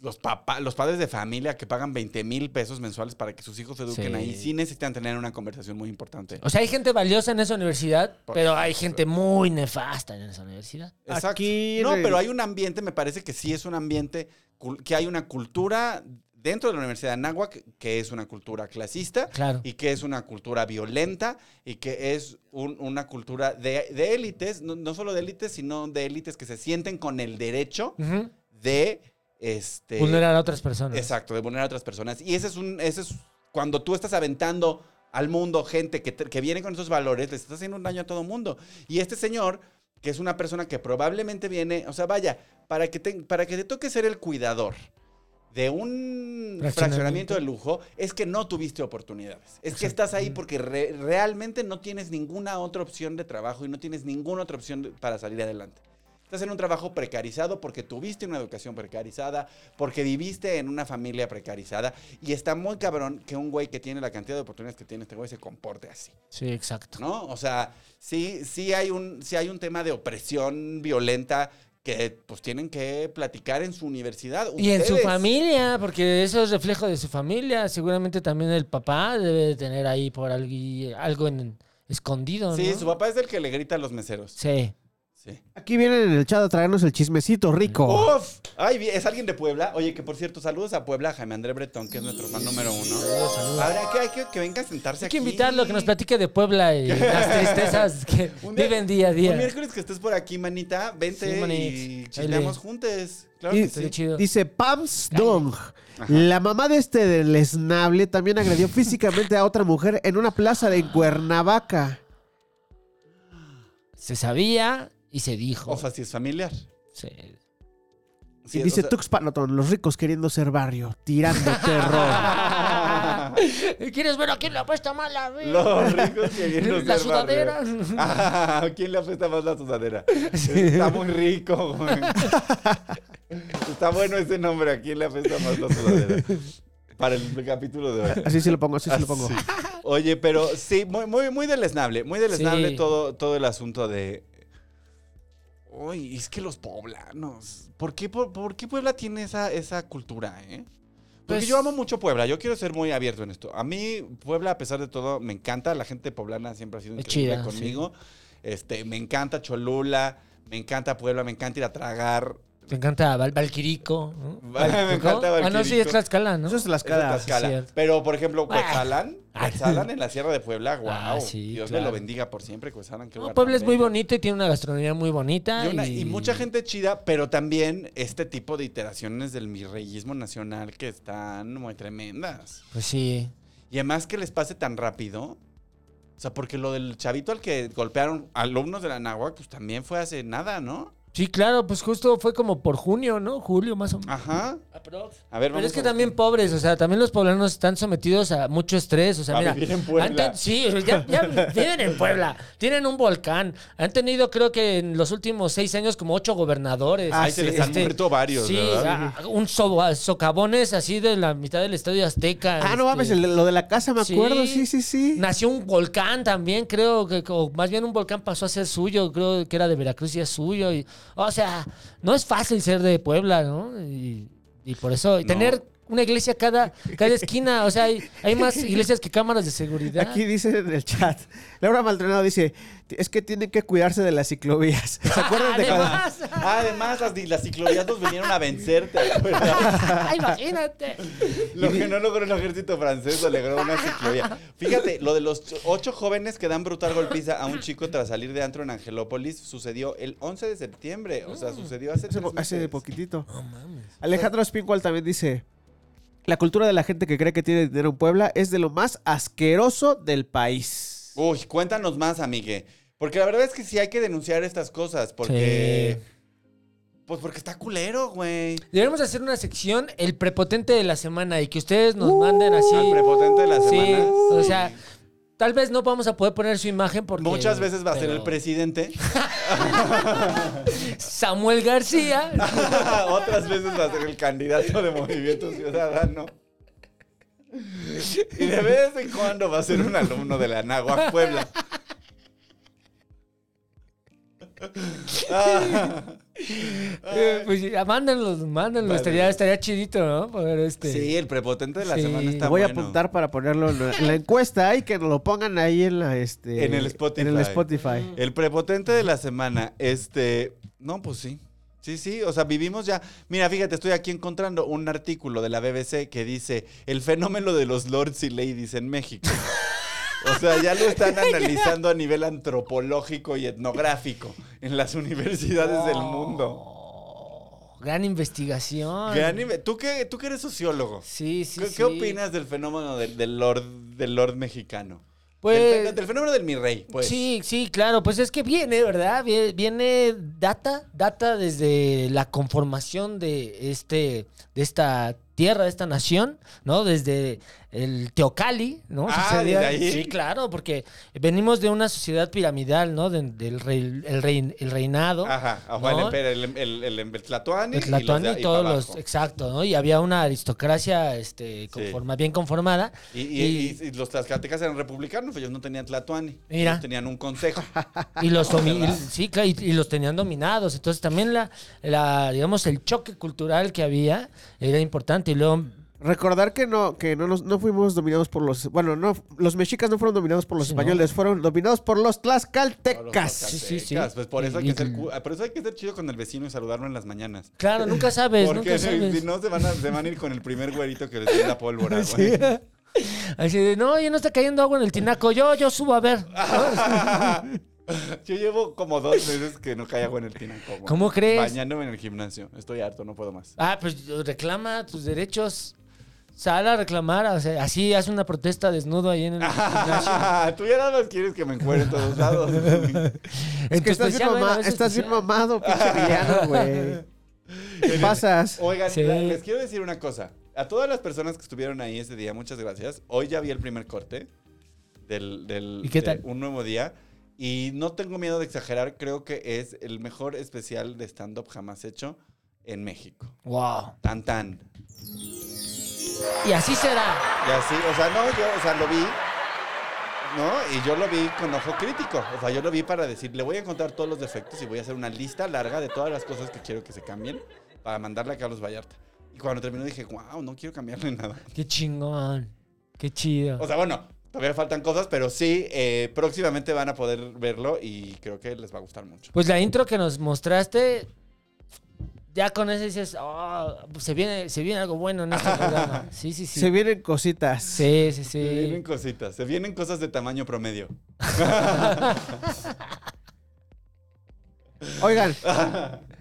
A: Los, papá, los padres de familia que pagan 20 mil pesos mensuales para que sus hijos se eduquen
B: Sí.
A: ahí, sí necesitan tener una conversación muy importante.
B: O sea, hay gente valiosa en esa universidad,
A: Por
B: pero hay gente muy nefasta en esa universidad.
A: Exacto.
C: Aquí en
A: no,
C: el-
A: pero hay un ambiente, me parece que sí es un ambiente, cul- que hay una cultura de dentro de la Universidad de Anáhuac que es una cultura clasista
B: Claro.
A: y que es una cultura violenta y que es un- una cultura de, de élites, no, no solo de élites, sino de élites que se sienten con el derecho
B: Ujú.
A: de... Este,
B: Vulnerar a otras personas.
A: Exacto, de vulnerar a otras personas. Y ese es un, ese es cuando tú estás aventando al mundo gente que, te- que viene con esos valores, les estás haciendo un daño a todo mundo. Y este señor, que es una persona que probablemente viene, o sea, vaya, para que te, para que te toque ser el cuidador de un
B: Fraccionamiento.
A: fraccionamiento de lujo, es que no tuviste oportunidades. Es que estás ahí porque re- realmente no tienes ninguna otra opción de trabajo y no tienes ninguna otra opción de- para salir adelante. Estás en un trabajo precarizado porque tuviste una educación precarizada, porque viviste en una familia precarizada. Y está muy cabrón que un güey que tiene la cantidad de oportunidades que tiene este güey se comporte así,
B: Sí, exacto.
A: ¿no? O sea, sí, sí, hay, un, sí hay un tema de opresión violenta que pues tienen que platicar en su universidad.
B: Y en su
A: Ustedes-
B: familia, porque eso es reflejo de su familia. Seguramente también el papá debe de tener ahí por algo, algo en- escondido, ¿no?
A: Sí, su papá es el que le grita a los meseros.
B: Sí.
A: Sí.
C: Aquí vienen en el chat a traernos el chismecito rico.
B: Oh.
A: ¡Uf! Ay, vi- es alguien de Puebla. Oye, que por cierto, saludos a Puebla, Jaime André Bretón, que es nuestro fan número uno. Habrá que, hay que, que venga a sentarse
B: Hay
A: aquí.
B: que invitarlo a que nos platique de Puebla y las tristezas que
A: Un día-
B: viven día a día.
A: Un miércoles que estés por aquí, manita, vente
B: Sí, manix.
A: y
B: Dale.
A: chismeamos juntos. Claro
C: Y-
A: que sí.
B: Estaría chido.
C: Dice Pams Dong. La mamá de este deleznable también agredió físicamente a otra mujer en una plaza de Cuernavaca.
B: Se sabía y se dijo.
A: O sea, si es familiar.
B: Sí.
A: Sí,
C: y dice
A: o sea,
C: Tuxpanoton, los ricos queriendo ser barrio, tirando terror.
B: ¿Quieres ver a quién le apuesta mal a mí?
A: Los ricos que vienen
B: La
A: del barrio.
B: sudadera.
A: Ah, ¿Quién le apuesta más la sudadera? Está muy rico, güey. Está bueno ese nombre. ¿A quién le apuesta más la sudadera? Para el capítulo de hoy.
C: Así se lo pongo, así se lo pongo.
A: Así. Ah, Oye, pero sí, muy, muy, muy deleznable. Muy deleznable
B: Sí.
A: todo, todo el asunto de. Uy, es que los poblanos. ¿Por qué, por, por qué Puebla tiene esa, esa cultura, eh? Porque
B: Pues-
A: yo amo mucho Puebla, yo quiero ser muy abierto en esto. A mí, Puebla, a pesar de todo, me encanta. La gente poblana siempre ha sido
B: Es
A: increíble
B: chida,
A: conmigo. Este, me encanta Cholula, me encanta Puebla, me encanta ir a tragar.
B: Te encanta Val Valquirico. ¿no?
A: Me encanta
B: Ah, no, sí, es
A: Valquirico.
B: Tlaxcala, ¿no?
C: Eso es las
A: Es de
C: caras.
A: Tlaxcala.
B: Sí, cierto.
A: Pero, por ejemplo,
B: Ah.
A: Cuetzalan.
B: Ah.
A: Cuetzalan en la Sierra de Puebla, wow.
B: Ah, sí,
A: Dios
B: claro.
A: me lo bendiga por siempre, Cuetzalan. qué
B: No,
A: lugar
B: Puebla
A: tan
B: es muy
A: bello.
B: bonito y tiene una gastronomía muy bonita.
A: Y, una- y mucha gente chida, pero también este tipo de iteraciones del mirreyismo nacional que están muy tremendas.
B: Pues sí.
A: Y además que les pase tan rápido. O sea, porque lo del chavito al que golpearon alumnos de la Nahuac, pues también fue hace nada, ¿no?
B: Sí, claro, pues justo fue como por junio, ¿no? Julio, más o menos.
A: Ajá.
B: Aprox.
A: A ver,
B: Pero es que
A: a-
B: también pobres, o sea, también los poblanos están sometidos a mucho estrés, o sea,
A: A
B: mira,
A: vivir Ah, en Puebla.
B: han ten- sí, ya, ya viven en Puebla, tienen un volcán, han tenido creo que en los últimos seis años como ocho gobernadores.
A: Ay, Ah, se les han muerto varios,
B: este, Sí,
A: ¿verdad?
B: ah, un so- ah, socavones así de la mitad del Estadio Azteca.
C: Ah,
B: este,
C: no mames, el de- lo de la casa me acuerdo, sí, sí, sí.
B: Nació un volcán también, creo que, o más bien un volcán pasó a ser suyo, creo que era de Veracruz y es suyo. y- o sea, no es fácil ser de Puebla, ¿no? Y, y por eso, y
A: No.
B: tener una iglesia cada, cada esquina, o sea, hay, hay más iglesias que cámaras de seguridad.
C: Aquí dice en el chat. Laura Maldonado dice, es que tienen que cuidarse de las ciclovías. ¿Se acuerdan de cuando-
B: Además,
A: Ah, además, las, las ciclovías nos vinieron a vencerte. ¿verdad?
B: imagínate.
A: Lo que no logró el ejército francés, lo logró una ciclovía. Fíjate, lo de los ch- ocho jóvenes que dan brutal golpiza a un chico tras salir de antro en Angelópolis sucedió el 11 de septiembre. O sea, sucedió hace
C: Hace,
A: tres
C: po- hace
A: meses.
C: poquitito. Alejandro Spinkwall también dice: La cultura de la gente que cree que tiene dinero en Puebla es de lo más asqueroso del país.
A: Uy, cuéntanos más, amigue. Porque la verdad es que sí hay que denunciar estas cosas. Porque. Pues porque está culero, güey.
B: Debemos hacer una sección, el prepotente de la semana, y que ustedes nos manden así.
A: Uh, Al prepotente de la
B: Sí,
A: semana.
B: o sea, tal vez no vamos a poder poner su imagen porque...
A: Muchas veces va a ser
B: pero
A: el presidente,
B: Samuel García.
A: otras veces va a ser el candidato de Movimiento Ciudadano. Y de vez en cuando va a ser un alumno de la Nagua Puebla.
B: Eh, pues ya, mándenlo, mándenlo.
A: Vale.
B: Estaría, estaría chidito, ¿no? Poder este.
A: Sí, el prepotente de la
B: Sí.
A: semana
C: Te
A: está
C: voy
A: bueno.
C: a apuntar para ponerlo en la, en la encuesta y que nos lo pongan ahí en la este
A: En el Spotify.
B: Mm.
C: en el Spotify.
A: El prepotente de la semana, este... No, pues sí. Sí, sí, o sea, vivimos ya. Mira, fíjate, estoy aquí encontrando un artículo de la BBC que dice el fenómeno de los lords y ladies en México. O sea, ya lo están analizando a nivel antropológico y etnográfico en las universidades del mundo.
B: Oh, gran investigación.
A: Gran inve- ¿Tú, que, tú que eres sociólogo,
B: Sí, sí,
A: ¿qué,
B: sí.
A: qué opinas del fenómeno del, del lord, del lord mexicano? del, fe-
B: Pues,
A: del fenómeno del mi rey, pues.
B: Sí, sí, claro. Pues es que viene, ¿verdad? Vie- Viene, data, data desde la conformación de este, de esta tierra, de esta nación, ¿no? Desde el Teocali, ¿no?
A: Ah,
B: Sucedía-
A: ¿desde ahí?
B: Sí, claro, porque venimos de una sociedad piramidal, ¿no? De- del rey- el, rein- el reinado.
A: Ajá, Ojo, el
B: ¿no?
A: emper- el, el, el, el Tlatoani
B: El
A: y los de
B: Tlatoani,
A: ahí
B: todos
A: para
B: los,
A: abajo.
B: exacto, ¿no? Y había una aristocracia este, conforma, bien conformada.
A: Y, y-
B: Y-
A: y- y los tlaxcaltecas eran republicanos, pero ellos no tenían tlatoani.
B: Mira.
A: Ellos tenían un consejo.
B: Y los,
A: No,
B: domi-
A: ¿verdad?
B: y- sí, claro, y, y los tenían dominados. Entonces también la, la, digamos, el choque cultural que había era importante. Y luego,
C: Recordar que no, que no, nos- no fuimos dominados por los. Bueno, no, los mexicas no fueron dominados por los
B: Sí,
C: españoles, fueron dominados por los tlaxcaltecas.
B: Sí, sí, sí.
A: Tlaxcaltecas, Pues por, eso hay
B: Y-
A: que ser, cu- por eso hay que ser chido con el vecino y saludarlo en las mañanas.
B: claro, nunca sabes,
A: Porque
B: nunca sabes.
A: si no se van, a, se van a ir con el primer güerito que les dé la pólvora, güey.
B: Así de, no, ya no está cayendo agua en el tinaco. Yo, yo subo a ver.
A: Yo llevo como dos meses que no cae agua en el tinaco. güey.
B: ¿Cómo crees?
A: Bañándome en el gimnasio. Estoy harto, no puedo más.
B: Ah, pues reclama tus derechos. Sal a reclamar. o sea, así hace una protesta desnudo ahí en el gimnasio.
A: Tú ya nada más quieres que me encuentre en todos lados.
C: Es que estás bien,
B: especial, pues, bueno,
C: mama-
B: es
C: estás bien
B: especial.
C: mamado, pinche villano, güey. ¿Qué pasas?
A: Oigan,
B: Sí.
A: la- les quiero decir una cosa. A todas las personas que estuvieron ahí ese día, muchas gracias. Hoy ya vi el primer corte del, del-
B: ¿Y qué
A: de
B: tal?
A: Un Nuevo Día. Y no tengo miedo de exagerar, creo que es el mejor especial de stand-up jamás hecho en México.
B: Wow.
A: Tan tan.
B: Y así será.
A: Y así, o sea, no, yo, o sea, lo vi, ¿no? Y yo lo vi con ojo crítico. O sea, yo lo vi para decir, le voy a encontrar todos los defectos y voy a hacer una lista larga de todas las cosas que quiero que se cambien para mandarle a Carlos Vallarta. Y cuando terminó dije, wow, no quiero cambiarle nada.
B: Qué chingón. Qué chido.
A: O sea, bueno, todavía faltan cosas, pero sí, eh, próximamente van a poder verlo y creo que les va a gustar mucho.
B: Pues la intro que nos mostraste, ya con eso dices, "Ah, se, viene, se viene algo bueno en este programa. Sí, sí, sí.
C: Se vienen cositas.
B: sí, sí,
A: Se vienen
B: sí.
A: cositas, se vienen cosas de tamaño promedio.
C: Oigan,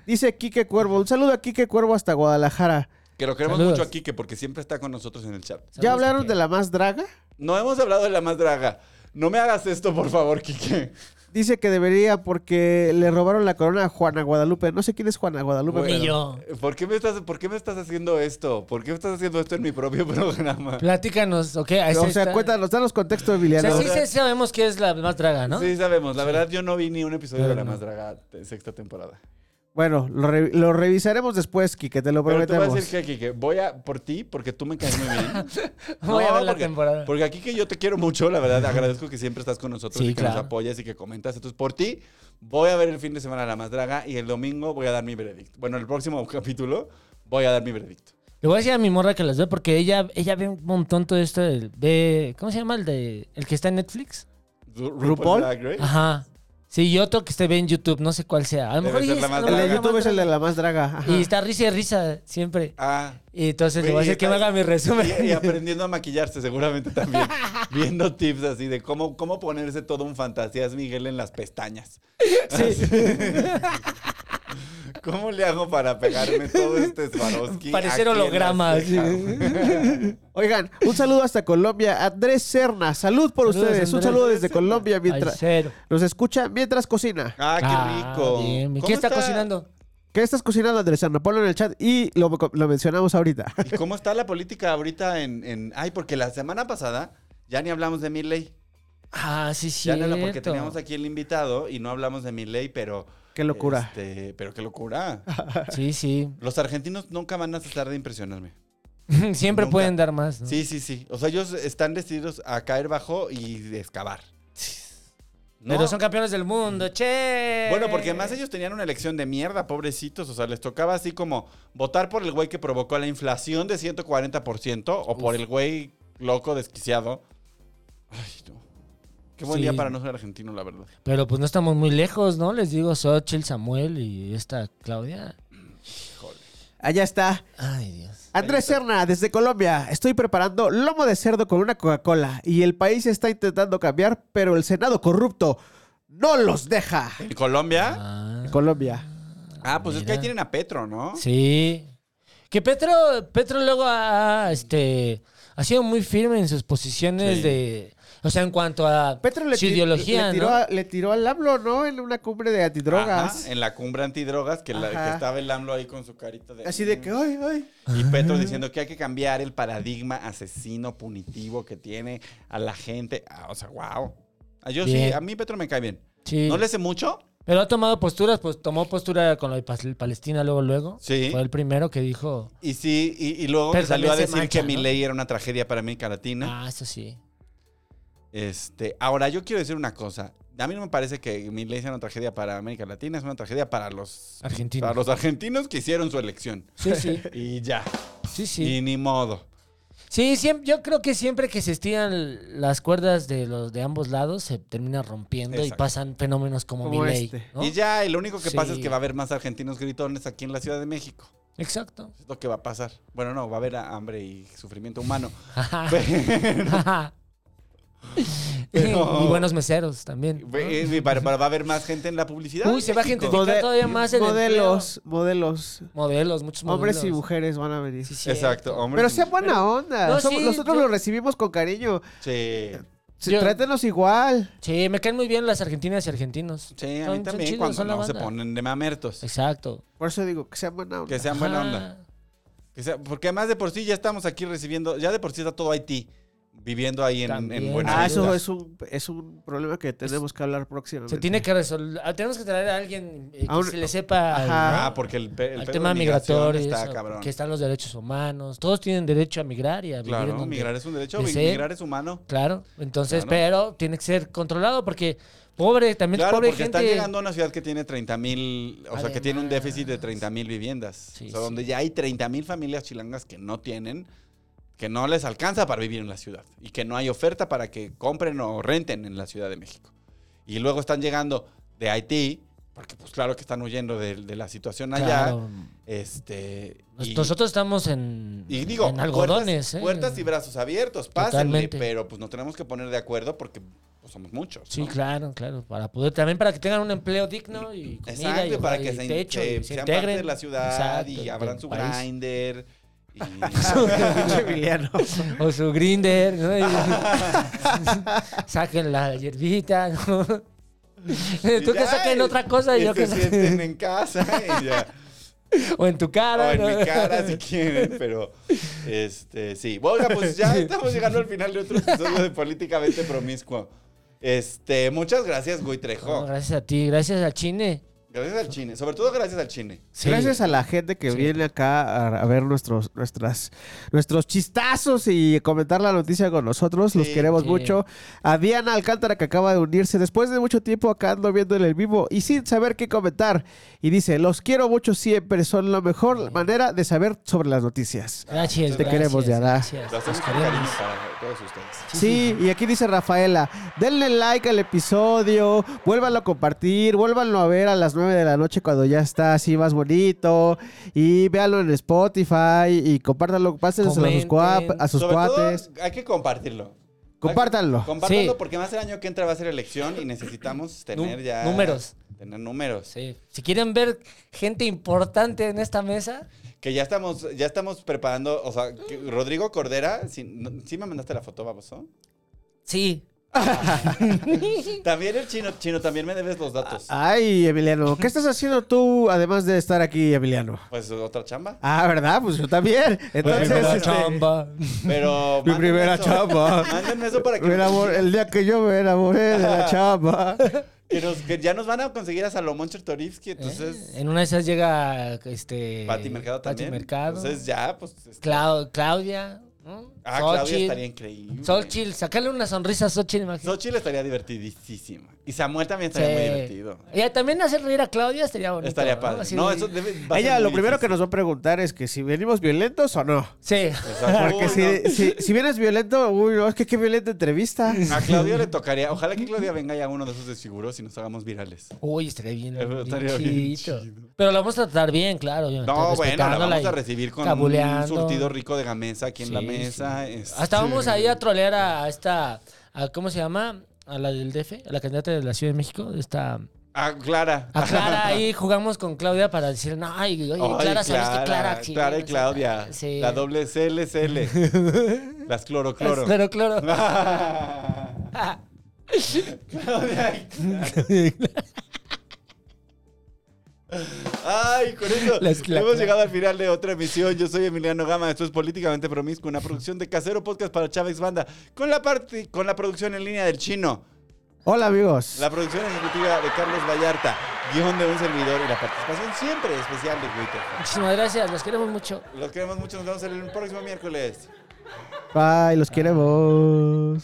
C: dice Quique Cuervo. Un saludo a Quique Cuervo hasta Guadalajara.
A: Que lo queremos
B: Saludos.
A: mucho aquí, que porque siempre está con nosotros en el chat.
C: ¿Ya hablaron de la más draga?
A: No hemos hablado de la más draga. No me hagas esto, por favor, Quique.
C: Dice que debería porque le robaron la corona a Juana Guadalupe. No sé quién es Juana Guadalupe.
B: Ni
C: pero-
B: yo.
A: ¿Por qué, me estás, ¿Por qué me estás haciendo esto? ¿Por qué me estás haciendo esto en mi propio programa?
B: Platícanos, ¿ok? ahí
C: O
B: se
C: sea,
B: está.
C: cuéntanos, danos contexto,
B: O
C: Emiliano.
B: sea, sí, sí sabemos que es la más traga, ¿no?
A: Sí, sabemos. La verdad, yo no vi ni un episodio
B: Pero
A: de La
B: no.
A: Más Draga te- sexta temporada.
C: Bueno, lo, re- lo revisaremos después, Quique, te lo
A: Pero te voy a
C: prometemos.
A: decir que, Quique, voy a por ti porque tú me caes muy bien.
B: Voy a
A: No,
B: ver la
A: porque-
B: temporada.
A: Porque aquí que yo te quiero mucho, la verdad, agradezco que siempre estás con nosotros
B: Sí,
A: y que nos
B: claro.
A: apoyas y que comentas. Entonces, por ti, voy a ver el fin de semana La Más Draga y el domingo voy a dar mi veredicto. Bueno, el próximo capítulo voy a dar mi veredicto.
B: Le voy a decir a mi morra que las ve porque ella, ella ve un montón todo esto. del- Ve, ¿Cómo se llama el de el que está en Netflix?
A: Ru-
C: ¿RuPaul?
A: Drag Race.
B: Ajá. Sí, y otro que se ve en YouTube, no sé cuál sea. A lo
A: Debe
B: mejor
A: ser
B: ella es
A: la más
B: la
C: El
B: más
C: de
A: draga.
C: YouTube es el
B: draga.
C: de la más draga. ajá.
B: Y está risa y risa siempre.
A: Ah,
B: Y entonces le voy a
A: Güey,
B: decir que me haga mi resumen.
A: Y, y aprendiendo a maquillarse seguramente también. Viendo tips así de cómo, cómo ponerse todo un fantasías Miguel en las pestañas. Así. ¿Cómo le hago para pegarme todo este Swarovski?
B: Parecer
A: aquí en
B: holograma,
A: las cejas?
C: Oigan, un saludo hasta Colombia. Andrés Serna, salud por
B: Saludos,
C: ustedes. Un
B: Andrés.
C: saludo desde Colombia
B: Al
C: mientras
B: cero.
C: nos escucha mientras cocina.
A: Ah, qué rico.
B: Ah, bien, bien.
A: ¿Cómo
B: ¿Qué está, cocinando?
C: ¿Qué estás cocinando, Andrés Serna? Ponlo en el chat y lo, lo mencionamos ahorita.
A: ¿Y cómo está la política ahorita en, en- Ay, porque la semana pasada ya ni hablamos de mi ley.
B: Ah, sí, sí.
A: Ya no, no, porque teníamos aquí el invitado y no hablamos de mi ley, pero...
C: Qué locura.
A: este, pero qué locura.
B: Sí, sí.
A: Los argentinos nunca van a cesar de impresionarme.
B: Siempre
A: Nunca.
B: pueden dar más. ¿no?
A: Sí, sí, sí. O sea, ellos están decididos a caer bajo y excavar. ¿No?
B: Pero son campeones del mundo, che.
A: Bueno, porque además ellos tenían una elección de mierda, pobrecitos. O sea, les tocaba así como votar por el güey que provocó la inflación de 140% o por el güey loco desquiciado. Ay, no. Qué buen
B: Sí.
A: día para no ser argentino, la verdad.
B: Pero pues no estamos muy lejos, ¿no? Les digo, Xochitl, Samuel y esta Claudia.
C: Este, Allá está.
B: Ay, Dios.
C: Andrés Serna, desde Colombia. Estoy preparando lomo de cerdo con una Coca-Cola y el país está intentando cambiar, pero el Senado corrupto no los deja.
A: ¿En Colombia?
B: Ah,
C: Colombia.
A: Ah, pues es que ahí
B: mira.
A: tienen a Petro, ¿no?
B: sí. Que Petro, Petro luego ha, este, ha sido muy firme en sus posiciones
A: Sí.
B: de... O sea, en cuanto a
C: Petro le,
B: su
C: ti-
B: ideología,
C: le tiró,
B: ¿no?
C: a- le tiró al AMLO, ¿no? En una cumbre de antidrogas.
A: Ajá, en la cumbre antidrogas que, la,
C: Ajá.
A: que estaba el AMLO ahí con su carita de... "Mm".
C: Así de que, ay, ay.
A: Y
B: Ah.
A: Petro diciendo que hay que cambiar el paradigma asesino punitivo que tiene a la gente. Ah, o sea, wow. Yo sí,
B: Bien.
A: a mí Petro me cae bien.
B: Sí.
A: ¿No le sé mucho?
B: Pero ha tomado posturas, pues tomó postura con lo de Pas- Palestina luego, luego.
A: Sí.
B: Fue el primero que dijo...
A: Y sí, y, y luego
B: Pero
A: me salió a
B: también
A: decir
B: se
A: que
B: mancha,
A: mi
B: ¿no?
A: ley era una tragedia para América Latina.
B: Ah, eso sí.
A: Este, ahora, yo quiero decir una cosa. A mí no me parece que mi ley sea una tragedia para América Latina, es una tragedia para los,
B: Argentino.
A: para los argentinos que hicieron su elección.
B: Sí, sí.
A: Y ya.
B: Sí, sí.
A: Y ni modo.
B: Sí, siem- yo creo que siempre que se estiran las cuerdas de los de ambos lados se termina rompiendo y
A: Exacto.
B: pasan fenómenos como,
C: Como
B: Milei,
C: este.
B: ¿no?
A: Y ya, y lo único que pasa es
B: Sí.
A: que va a haber más argentinos gritones aquí en la Ciudad de México.
B: Exacto.
A: Es lo que va a pasar. Bueno, no, va a haber hambre y sufrimiento humano.
B: Ajá.
A: Pero-
B: Ajá.
A: Pero-
B: Y buenos meseros también. ¿no?
A: eh, va va- va a haber más gente en la publicidad.
B: Uy, se va a
A: México.
B: gentrificar
C: Mode-
B: todavía más el
C: modelos, modelos,
B: empleo. Modelos, muchos modelos.
C: Hombres y mujeres van a venir.
B: Sí, cierto.
A: Exacto, hombre.
C: Pero sea buena onda.
B: No,
C: Somos-
B: sí,
C: nosotros
B: yo-
C: los recibimos con cariño.
A: Sí.
C: Sí,
B: Yo-
C: Trátenos igual.
B: Sí, me caen muy bien las argentinas y argentinos.
A: Sí, a
B: Son-
A: mí
B: son
A: también
B: chidos,
A: cuando
B: son la
A: no se
B: banda.
A: ponen de mamertos.
B: Exacto.
C: Por eso digo, que sea buena onda.
A: Que sean buena
B: Ajá.
A: onda. Que sea- porque además de por sí ya estamos aquí recibiendo, ya de por sí está todo Haití viviendo ahí en, en
B: También.
A: buena
C: Ah, eso
A: onda.
C: es un, es un problema que tenemos que hablar próximamente.
B: Se tiene que resolver. ah, Tenemos que traer a alguien eh, que
C: A un-
B: se le sepa.
C: Ajá.
A: Ah, porque el, pe- el
B: al
A: pedo
B: tema
A: de migración
B: migratorio,
A: está
B: eso,
A: cabrón.
B: que están los derechos humanos, todos tienen derecho a migrar y a vivir en
A: Claro,
B: donde-
A: migrar es un derecho,
B: deseen.
A: migrar es humano.
B: Claro, entonces,
A: Claro.
B: pero tiene que ser controlado porque pobre, también
A: Claro,
B: pobre
A: porque
B: gente.
A: están llegando a una ciudad que tiene 30 mil, o sea, que tiene un déficit de 30 mil viviendas.
B: Sí,
A: o sea,
B: sí.
A: donde ya hay 30 mil familias chilangas que no tienen, que no les alcanza para vivir en la ciudad y que no hay oferta para que compren o renten en la Ciudad de México. Y luego están llegando de Haití, porque pues claro que están huyendo de, de la situación allá.
B: Claro.
A: Este,
B: Nos-
A: y-
B: nosotros estamos en,
A: y digo,
B: en algodones,
A: puertas,
B: ¿eh?
A: puertas y brazos abiertos, pásenle,
B: Totalmente.
A: pero pues nos tenemos que poner de acuerdo porque pues, somos muchos.
B: Sí,
A: ¿no?
B: claro, claro, para poder también para que tengan un empleo digno y comida
A: Exacto,
B: y,
A: y para
B: y
A: que se, in-
B: techo
A: se-
B: y se
A: sean
B: integren
A: parte de la ciudad
B: Exacto,
A: y
B: del
A: abran su
B: país.
A: grinder. Y...
C: Pinche Emiliano.
B: o su grinder, ¿no? Y- saquen la hierbita, ¿no? Tú que
A: ya,
B: saquen
A: y-
B: otra cosa y
A: y
B: yo
A: se
B: que saquen
A: sienten en casa y ya.
B: O en tu
A: o
B: cara.
A: en
B: ¿no?
A: mi cara si quieren, pero este sí. Oiga, pues ya estamos llegando al final de otro episodio de Políticamente Promiscuo. Este, muchas gracias, Güey
B: No,
A: Trejo.
B: gracias a ti, gracias a Chine.
A: Gracias al chine, sobre todo gracias al chine.
B: Sí.
C: Gracias a la gente que
B: Sí.
C: viene acá a, a ver nuestros, nuestras, nuestros chistazos y comentar la noticia con nosotros. Los
A: Sí,
C: queremos
B: sí.
C: mucho. A Diana Alcántara que acaba de unirse después de mucho tiempo acá ando viendo en el vivo y sin saber qué comentar. Y dice, los quiero mucho siempre. Son la mejor manera de saber sobre las noticias.
A: Ah,
B: Gracias.
C: Te queremos,
B: gracias,
C: Yara.
B: gracias.
A: Lo hacemos
B: Los
A: con
B: queremos.
A: cariño para todos ustedes.
C: Sí, y aquí dice Rafaela, denle like al episodio, vuélvanlo a compartir, vuélvanlo a ver a las 9 de la noche cuando ya está así más bonito, y véanlo en Spotify, y compártanlo, pásenselo a sus, cua-
B: Comenten.
C: a sus
A: Sobre
C: cuates,
A: todo, hay que compartirlo.
C: compártanlo.
A: Compártanlo
B: Sí.
A: porque más el año que entra va a ser elección y necesitamos tener
B: Nú-
A: ya.
B: números.
A: Tener números.
B: Sí. Si quieren ver gente importante en esta mesa,
A: Que ya estamos, ya estamos preparando. O sea, que Rodrigo Cordera, si, no- sí me mandaste la foto, baboso.
B: sí.
A: También el chino, chino, también me debes los datos.
B: Ah,
C: Ay, Emiliano, ¿qué estás haciendo tú además de estar aquí, Emiliano?
A: Pues otra chamba.
C: Ah, ¿verdad? Pues yo también. Entonces,
B: Primera
C: este,
B: chamba.
A: Pero.
C: mi
A: mándenme
C: primera
A: eso.
C: chamba.
A: Mándenme eso para que,
C: Me enamor- el día que yo me enamoré de la chamba.
A: que nos- que ya nos van a conseguir a Salomón Chertorivsky. Entonces,
B: Eh, en una de esas llega este
A: Pati Mercado también.
B: Pati Mercado.
A: Entonces, ya, pues. este,
B: Clau- Claudia. ¿no?
A: Ah, Claudia estaría increíble.
B: Xochitl, sacarle una sonrisa a Xochitl, imagínate.
A: Xochitl estaría divertidísima. Y Samuel también estaría muy
B: Sí.
A: divertido.
B: Y también hacer reír a Claudia estaría bonito.
A: Estaría
B: ¿no?
A: padre.
B: Así
A: No,
B: de-
A: eso debe- va a
C: Ella
A: ser
C: lo
A: muy
C: primero que
A: difícil.
C: nos va a preguntar es que si venimos violentos o no.
B: Sí.
A: Exacto.
C: Porque
A: Uy,
C: si,
A: no.
C: si, si vienes violento, uy, no, es que qué violenta entrevista.
A: A Claudia le tocaría. Ojalá que Claudia venga ya a uno de esos desfiguros y nos hagamos virales.
B: Uy, estaría bien.
A: Eso
B: bien
A: estaría bien
B: chidito.
A: chido.
B: Pero la vamos a tratar bien, claro. obviamente,
A: No, bueno, la
B: respetándola
A: vamos
B: y
A: a recibir con
B: cabuleando.
A: un surtido rico de gamesa aquí en la
B: Sí,
A: mesa.
B: sí.
A: este,
B: Hasta vamos ahí a trolear a esta. a- ¿Cómo se llama? A la del DF, a la candidata de la Ciudad de México. Esta.
A: A Clara.
B: A Clara ahí jugamos con Claudia para decir, no, ay, oye,
A: Ay,
B: Clara, saliste Clara. sí,
A: Clara y
B: sí,
A: Claudia.
B: Sí.
A: La doble CLCL. Las clorocloro.
B: Claro, claro.
A: Claudia y Clara. Ay, con eso
B: Las cla-
A: hemos
B: cla-
A: llegado al final de otra emisión. Yo soy Emiliano Gama, esto es Políticamente Promiscuo, una producción de Casero Podcast para Chávez Banda, con la parte, con la producción en línea del chino,
C: Hola, amigos.
A: la producción ejecutiva de Carlos Vallarta, guión de un servidor y la participación siempre especial de Twitter.
B: Muchísimas gracias, los queremos mucho.
A: Los queremos mucho, nos vemos el próximo miércoles.
C: Bye, los queremos.